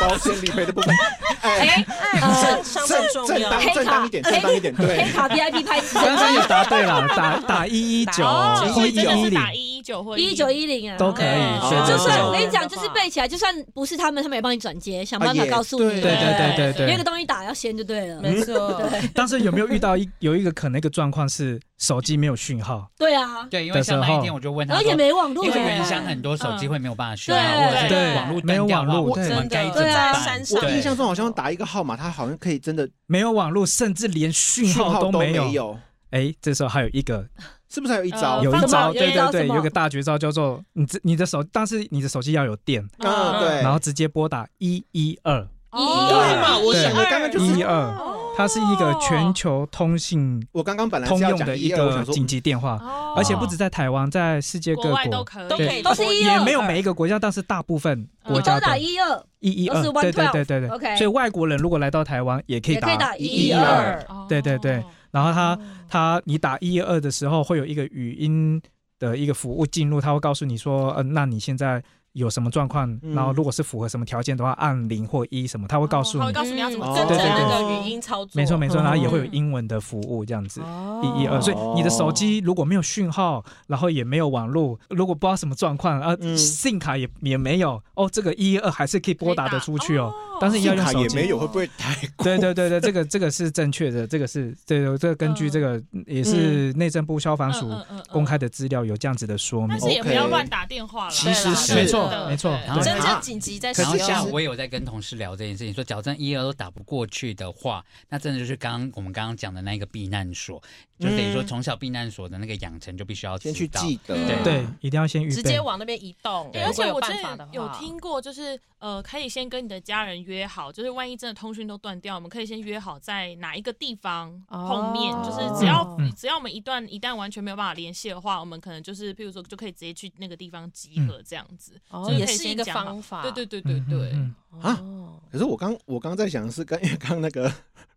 保险理赔的部 分，哎，
呃，
相
正
当重
正
要。
当正当一点，正当一点，
黑
对，
卡 VIP 拍
刚刚
摄，
有答对了，打打一一九
哦
119
或
所以真
一
的
一
是
零，
打一一九或
一九一零啊，
都可以
哦
选择
就
这
算
种
我跟你讲，就是背起来，就算不是他们，他们也帮你转接，想办
啊
法
也
告诉你，
对
对对对
因
对
为
对
个。东西打要先就对了，
嗯
没错，
但是有没有遇到一有一个可能一个状况是手机没有讯号？
对啊，
对，因为像
的时
那
候
一天我就问他
而
说
且，没网络
因为
怎么
原
办
乡很多手机会没有办法讯
嗯
号，或者
对
是网络
没有
断掉的话
网络
我
对
们该怎
对
么
啊
办？
山上
我
对
印象中好像打一个号码，它好像可以真的
没有网络，甚至连讯
讯
号
号
都
都
没有。
有，
哎，这时候还有一个
是不是还有一招
嗯
呃？
有
放
一
榜
招，
哦有一
对
招
对对，
什么
有一个大绝招叫做你这你的手，但是你的手机要有电，
嗯，对，
然后直接拨打一一二，
哦
对嘛？我想
对
我刚刚就是
一二，
哦
它是一个全球通信
我刚刚本来
通
是哦要
用
讲
的
一
一
二，我
个
想说嗯
紧急电话，
哦
而且不止在台湾，在世界
国
各
外
国
都可以，
都可 以，
都是一
也
二
没有每一个国家，但是大部分国
你
家
都打
的
一二，
一一
都
二
是，112
对对对对对，
OK
所以外国人如果来到台湾，也可以
也可以
打
打
一
112
二，对对对然后它它你打一二呃的时候会有一个语音的一个服务进入，它会告诉你说，嗯、那你现在有什么状况，
嗯
然后如果是符合什么条件的话，按零或一什么，他会告诉
他
你
会。告诉你要怎么
哦
做
跟着
对对
那个语音操作，
没错没错，
嗯
然后也会有英文的服务这样子。
哦
一一二，所以你的手机如果没有讯号，然后也没有网络，如果不知道什么状况，啊
嗯
，SIM 卡也也没有，哦，这个一一二还是可以拨打的出去哦，但是你要
信
用
卡
手
也
机
没。有，会不会太贵？
对对对对，这个这个是正确的，这个是对对，这个根据这个也是内政部消防署公开的资料有这样子的说明
嗯但。是也不
OK
要乱打电话了。
其实是
没
对
错
啦
没错，
对
然后
对
真正紧急在使
然后
可是
像
其实
用。
我有在跟同事聊这件事情，说矫正一二都打不过去的话，那真的就是刚刚我们刚刚讲的那个避难所，就等于说
嗯
从小避难所的那个养成就必须要
先
知
去
道
记得，
嗯
哦对，一定要先预备。
直接往那边移动，
对，
如
而
果
且
有
我之
办法的
前
话
有听过，就是呃，可以先跟你的家人约好，就是万一真的通讯都断掉，我们可以先约好在哪一个地方
哦
碰面，就是只要、
嗯嗯
只要我们一段一旦完全没有办法联系的话，我们可能就是譬如说就可以直接去那个地方集合这样子。
哦，
所以
也
可以
是一
先
个
讲好
方法，
对对对对
嗯
对，
嗯
啊
哦，
可是我刚 我刚在想的是刚 因为刚那个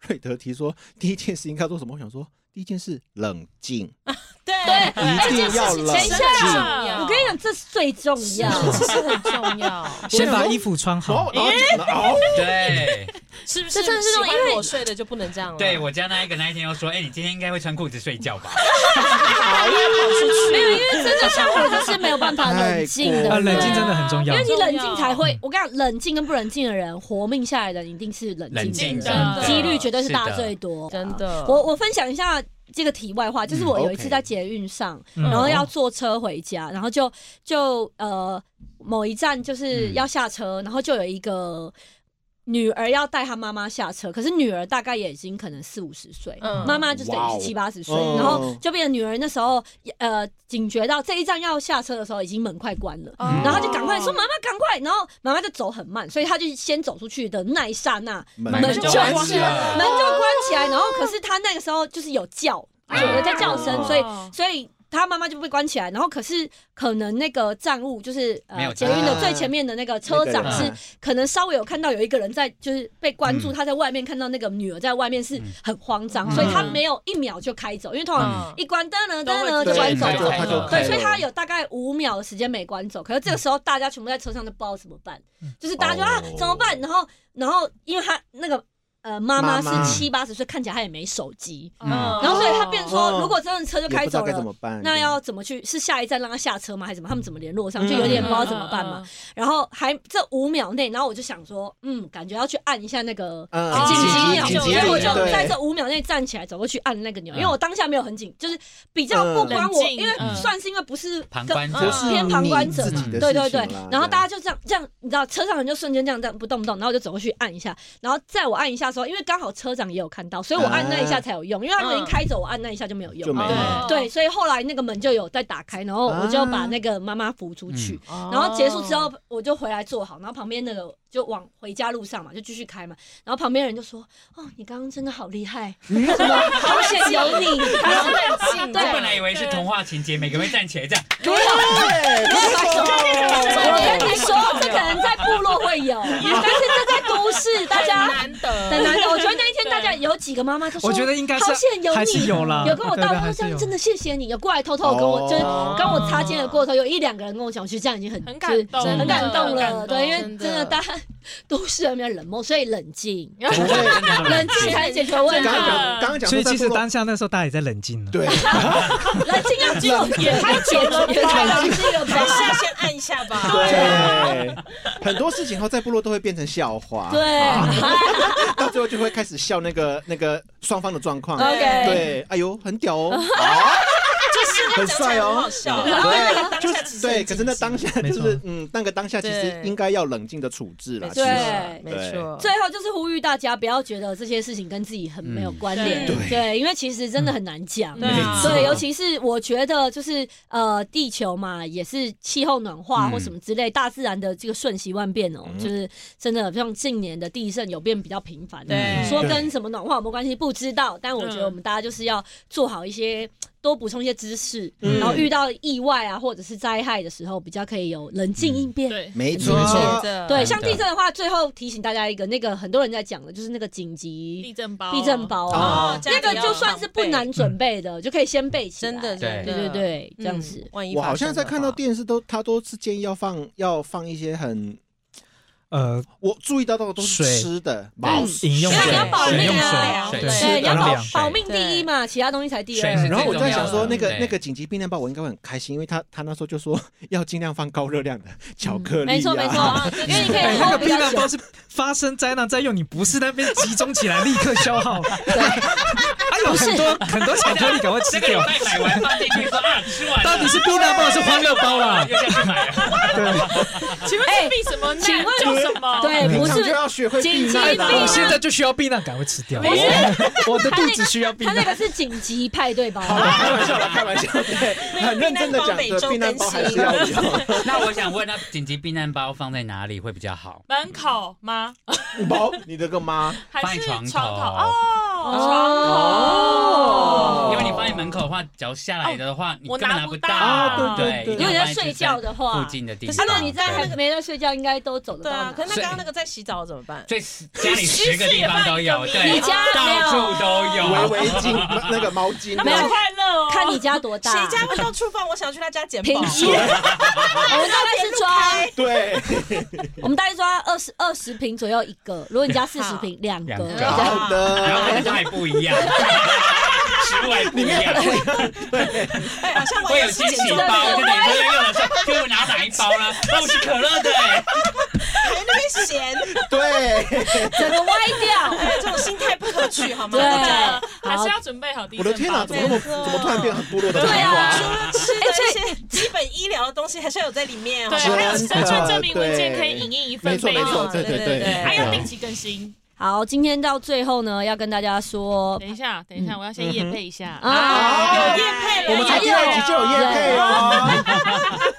瑞德提说第一件事应该做什么，我想说第一件事冷静，
对
对
一定要冷
这件事情真的
静
很重要
我跟你讲，这是最重要。
这是很重要，
先把衣服穿
然后
好。
然
哎
后就然后
对
是不是？
这真的是那种
喜欢
因为
裸睡的就不能这样了，
对，我家那一个那一天又说，哎、你今天应该会穿裤子睡觉吧？
没有，因为真的像我就是没有办法冷静
太
的，
过
啊，
分
冷静真的很重
因
要
为。你冷静才会，我跟你讲，冷静跟不冷静的人，活命下来的一定是冷
冷
静
静
的
真
人，
的
几率绝对是大最多。
真，的，
我我分享一下这个题外话，就是我
嗯
有一次
OK
在捷运上，
嗯
然后要坐车回家，然后就就呃某一站
嗯
就是要下车，然后就有一个女儿要带她妈妈下车，可是女儿大概也已经可能四五十岁，
嗯
妈妈就是
哇
等
哦
于七八十岁，
嗯
然后就变成女儿那时候呃警觉到这一站要下车的时候已经门快关了。
嗯
然后她就赶快说：“妈妈，赶快！”然后妈妈就走很慢，所以她就先走出去的那一刹那，
门
门
就
就
关
关
起来
门就关起来。然后可是她那个时候就是有叫，
啊
就有在叫声，
哦
所以
嗯
所以他妈妈就被关起来，然后可是可能那个站务就是呃
没有
捷运的
啊
最前面的那个车
那
长
个
是
人嗯
可能稍微有看到有一个人在就是被关注，
嗯
他在外面看到那个女儿在外面是
嗯
很慌张，
嗯
所以他没有一秒就开走，因为通常
嗯
一关灯了灯了
都
就
会
关
对
走
他
开
就
走
了。
他就
了
对，
开
所以他
了。
有大概五秒的时间没关走，可是这个时候大家全部在车上都不知道怎么办，就是大家就
哦
啊怎么办？然后然后因为他那个呃妈妈
妈妈
是七八十岁，看起来她也没手机，
嗯
嗯
然后所以他变说，
哦
如果真的车就
也
开
不知道
走
该怎么
了，
办？
那要怎么去？是下一站让他下车吗？还是什么？他们怎么联络上？就
嗯
有点不
嗯
知道怎么办嘛。然后还这五秒内，然后我就想说，嗯，感觉要去按一下那个
嗯
紧急
紧急
钮，
紧急
所以我就
对
在这五秒内站起来走过去按那个钮，
嗯
因为我当下没有很紧，就是比较不关我，
冷静
因为
嗯
算是因为不是
旁
跟
观者
就是
是
偏旁观者
你
嘛
自己的
对对
事情
对
啦，
然后大家就这样这样，你知道车上人就瞬间这样这样不动不动，然后我就走过去按一下，然后在我按一下的时候，因为刚好车长也有看到，所以我按那一下才有用，因为他们已经开走，我按那一下就没有
就
用
没。了。
对，，所以后来那个门就有再打开，然后我就把那个妈妈扶出去，
然
然后结束之
哦
后我就回来坐好，然后旁边那个就往回家路上嘛，就继续开嘛，然后旁边人就说：“哦，你刚刚真的好厉害，什么好险有你。”他说
冷
我本来以为是童话情节，每个人会站起来这样，
我跟你说，这可能在部落会有，但是这在都市大 家。
难得，
很难的，我觉得那一天大家有几个妈妈都说，
我觉得应该是
好险有
还
你
是，有啦，
有跟我
对
道
对
歉，
还
他
是有
说真的谢谢你，有过来偷偷地跟我，
哦
就是跟我擦肩而过的时候，有一两个人跟我讲，其实这样已经很
很感动
就是很感动
真
了。
的
对，因为
真
真
的
的大家都是人比较冷漠，所以冷静，
不会。
冷静才解决问题
刚刚。讲，刚刚讲，
所以其实当下那时候大家也在冷静了。
对，
冷静要做也太久了，冷静了
还是要
吧？
先按一下吧。
对，很多事情后在部落都会变成笑话，啊
对
到最后就会开始笑那个那个双方的状况。
，OK。
对，哎呦，很 屌哦，啊很帅
很
哦
好，
对，
笑
就
当下其
是
实
对，
很
可是那当下
没
就
错
是嗯，那个当下其实
对
应该要冷静的处置啦，
没
其
错
实
对
没错，
最后就是呼吁大家不要觉得这些事情跟自己很没有关联，
嗯
对
对，因为其实真的很难讲。
对啊
对，尤其是我觉得就是呃，地球嘛，也是气候暖化
嗯
或什么之类，大自然的这个瞬息万变哦，
嗯
就是真的像近年的地震有变比较频繁。
对
说跟什么暖化有没有关系不知道，但我觉得
嗯
我们大家就是要做好一些多补充一些知识，
嗯
然后遇到意外啊或者是灾害的时候，比较可以有冷静应变。
嗯对，
没
没
错
错，
呃的
对，
真
像
的
地震的话，最后提醒大家一个，那个很多人在讲的，就是那个紧急
地震包，
地震，包啊，
哦
哦，
那个就算是不难准备的，就可以先备起来。
真的，真的，
对
对对对，
嗯，
这样子。
万一
我
发
好像
生
在
的
看到
话
电视都，他都是建议要放要放一些很，
呃，
我注意到的都是
水
吃的，毛
饮用
对
水，
要保
饮
命
用
啊
水，
对
对，
吃
要
跟
保
粮。
保命第一嘛，其他东西才第
水是
二。
然后我就在想说，那
最重要
个
的
那个紧急避难包，我应该会很开心，因为他他那时候就说 要尽量放高热量的巧克力、啊
没错没 错，嗯因为你可
哎，
以
那
喝
个
比
避
较
难
久
包。是发生灾难再用，你不是那边集中起来立刻消耗，还有很多很多巧克力赶快
这
吃
个礼
掉。
拜买完放进去说啊，吃完了
到底是避难包还是欢乐包啦？
又下去买 了。
请问
哎
是避什么难？
请问
叫什么？
对，
平
嗯
不
常
是
就要学会避
紧急
难
避
啊
难
我现在就需要避难，赶快吃掉。哦
不是
我我的肚子需要避
他那
难。
个是紧急派对包，
好啦开玩笑啦，开 玩笑，对，很认真的讲
避难包每
的
周
避难包还是要有，
那我想问，那紧急避难包放在哪里会比较好？
门口吗？
毛，你的个妈，
还是
放
床
在
头？
床头
哦，
哦
床头。
因为你放在门口的话，脚下来的话，你
我
根本
拿
拿
不
不
到
到。
啊对
对对
一
如
定
果
要
你在
放在
睡觉的话
附，近的地
可
方。
是
啊，那你在
对
那个没在睡觉，应该都走得
对
到
啊
哪。，
可是那
所以
刚刚那个在洗澡怎么办？
最家里十个地方都有，
你
对，
家没有
到处都
围
有。
围巾 那个毛巾
那，
没
么
有
快乐哦，
看你家多大，
谁家会到厨房？我想去他家捡
平
宝。
均，啊 我们大概是抓，
对，
我们大概抓二十二十平左右一个。如果你家四十平，两
两个
个。
好
然后
的，
它还不一样，食物还不一样，
哎，好像我
会有
也是
惊
捡
喜
中
包，
了，
就等你朋友用的时候，给我拿哪一包呢？那我是可乐的哎，
还那边闲，
对，
整个歪掉。
哎，这种心态不可取，好吗？
对
大家
还是要准备好地
我
震
的
包。
天哪，怎么那么怎么突然变很部落的
对
谈
啊
话？
除了吃的一些基本医疗的东西，还是要有在里面哦。
对，
真的
还有
还
身
有
份证明文件可以影印一份
没错
备
没错，
用，
对对
对对
还要定期更新。
好，今天到最后呢，要跟大家说
等一下，等一
嗯
下，我要先验配一下。
啊
有业配了，
我们才第二集就有夜配哦，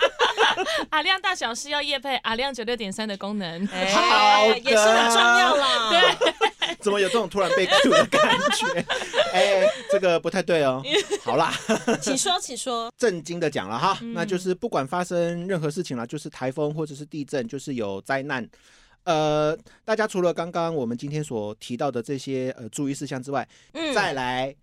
阿亮大小是要夜配阿亮九六点三的功能。
哎
好的
也是很重要啦。对。
怎么有这种突然被 Q 的感觉？ 哎，这个不太对哦。好啦，
请说，请说。
震惊的讲了哈，
嗯
那就是不管发生任何事情啦，就是台风或者是地震，就是有灾难。呃，大家除了刚刚我们今天所提到的这些呃注意事项之外，
嗯
再来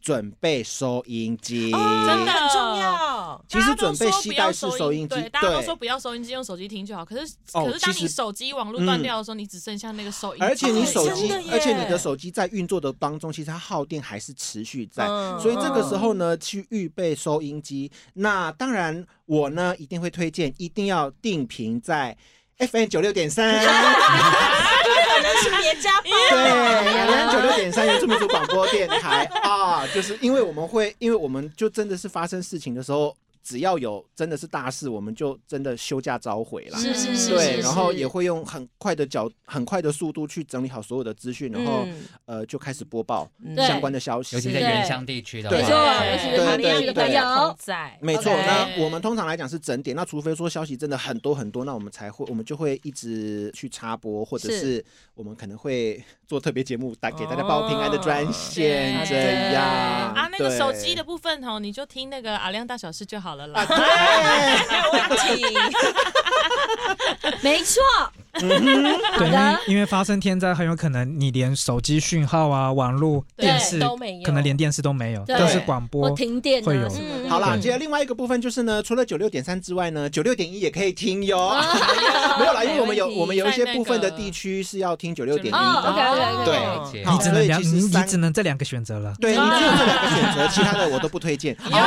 准备收音机。
哦
真的
很重要。
其实
大家都
准备
说
携
不要
带式收音机，
对，大家都说不要收音机，用手机听就好。可是，
哦
可是当
其
你
实嗯
手机网络断掉的时候，你只剩下那个收音机。
而且你
哦
手
真
机
的，耶
而且你的手机在运作的当中，其实它耗电还是持续在，
嗯
所以这个时候呢，去预备收音机。那当然，我呢一定会推荐，一定要定频在 FM 九六点三，
嗯可能是别家 吧。
对，FM 九六点三原住民族广播电台啊，就是因为我们会，因为我们就真的是发生事情的时候。只要有真的是大事，我们就真的休假召回啦。
是是是，
对，
是
然后也会用很快的脚、很快的速度去整理好所有的资讯，然后、呃就开始播报
嗯
嗯对
相关的消息。
尤其在
对
原乡地区的
对
没
话
错，，尤其是
对
马里亚
对
的
对
朋友，
在
没错，
OK
那我们通常来讲是整点，那除非说消息真的很多很多，那我们才会，我们就会一直去插播，或者
是
是我们可能会 做特别节目，打给大家报平安的专线
哦
这样
啊，那个手机的
对
啊部分哦，你就听那个阿亮大小事就好了 啦。
哎
没有问题。
没错，
对，
好的啊
因为因为发生天灾，很有可能你连手机讯号啊、网络、
对
电视
都没有
可能连电视都没有，
对
都是广
我
播。
停电
会
啊
有
什么的。
好啦，
嗯
接下来另外一个部分就是呢，除了九六点三之外呢，九六点一也可以听哟。 没有啦，因为我们有
没问题
我们有一些部分的
在那个
地区是要听九六点一
哦
的。
，OK，OK，OK，
对
了解
好
你只能两，
所以其
你
实
你
三
只能这两个选择了。
对你只有这两个选择，其他的我都不推荐。
哎，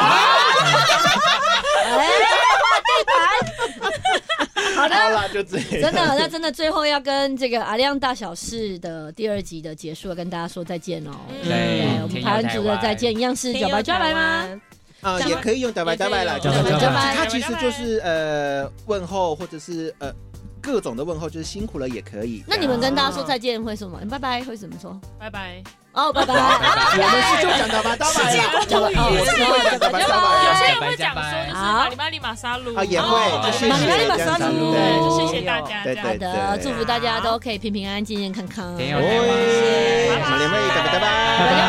好啦，就这样。
真的，那真的最后要跟这个阿亮大小事的第二集的结束了，跟大家说再见哦。
嗯
对，我们
天
台
佑
湾族的再见，一样是
天
九
佑
白九白吗？
啊，
讲
也
吧
可以用打白打白啦，
也可以
就是
用
就
打
是
白
它
打白
其实就是呃问候或者是呃各种的问候，就是辛苦了也可以。
那你们跟大家说再见会什么？拜拜会怎么说？
拜拜。
哦，拜拜。哦
我们是就讲打白打白啦，
界公众语言
我是会讲打白打白
有
啦
些人会讲说，就是
好
马里马里马沙鲁
啊，也
哦
会，就谢
马里
谢
马里马
这样子
萨鲁
对
对，就谢谢大家
对
这样。
好
对
的，
对
祝福大家都可以平平安安、健健康康。
天
哦
佑
拜
耶
台湾。
拜
马连妹，打白打白
拜拜。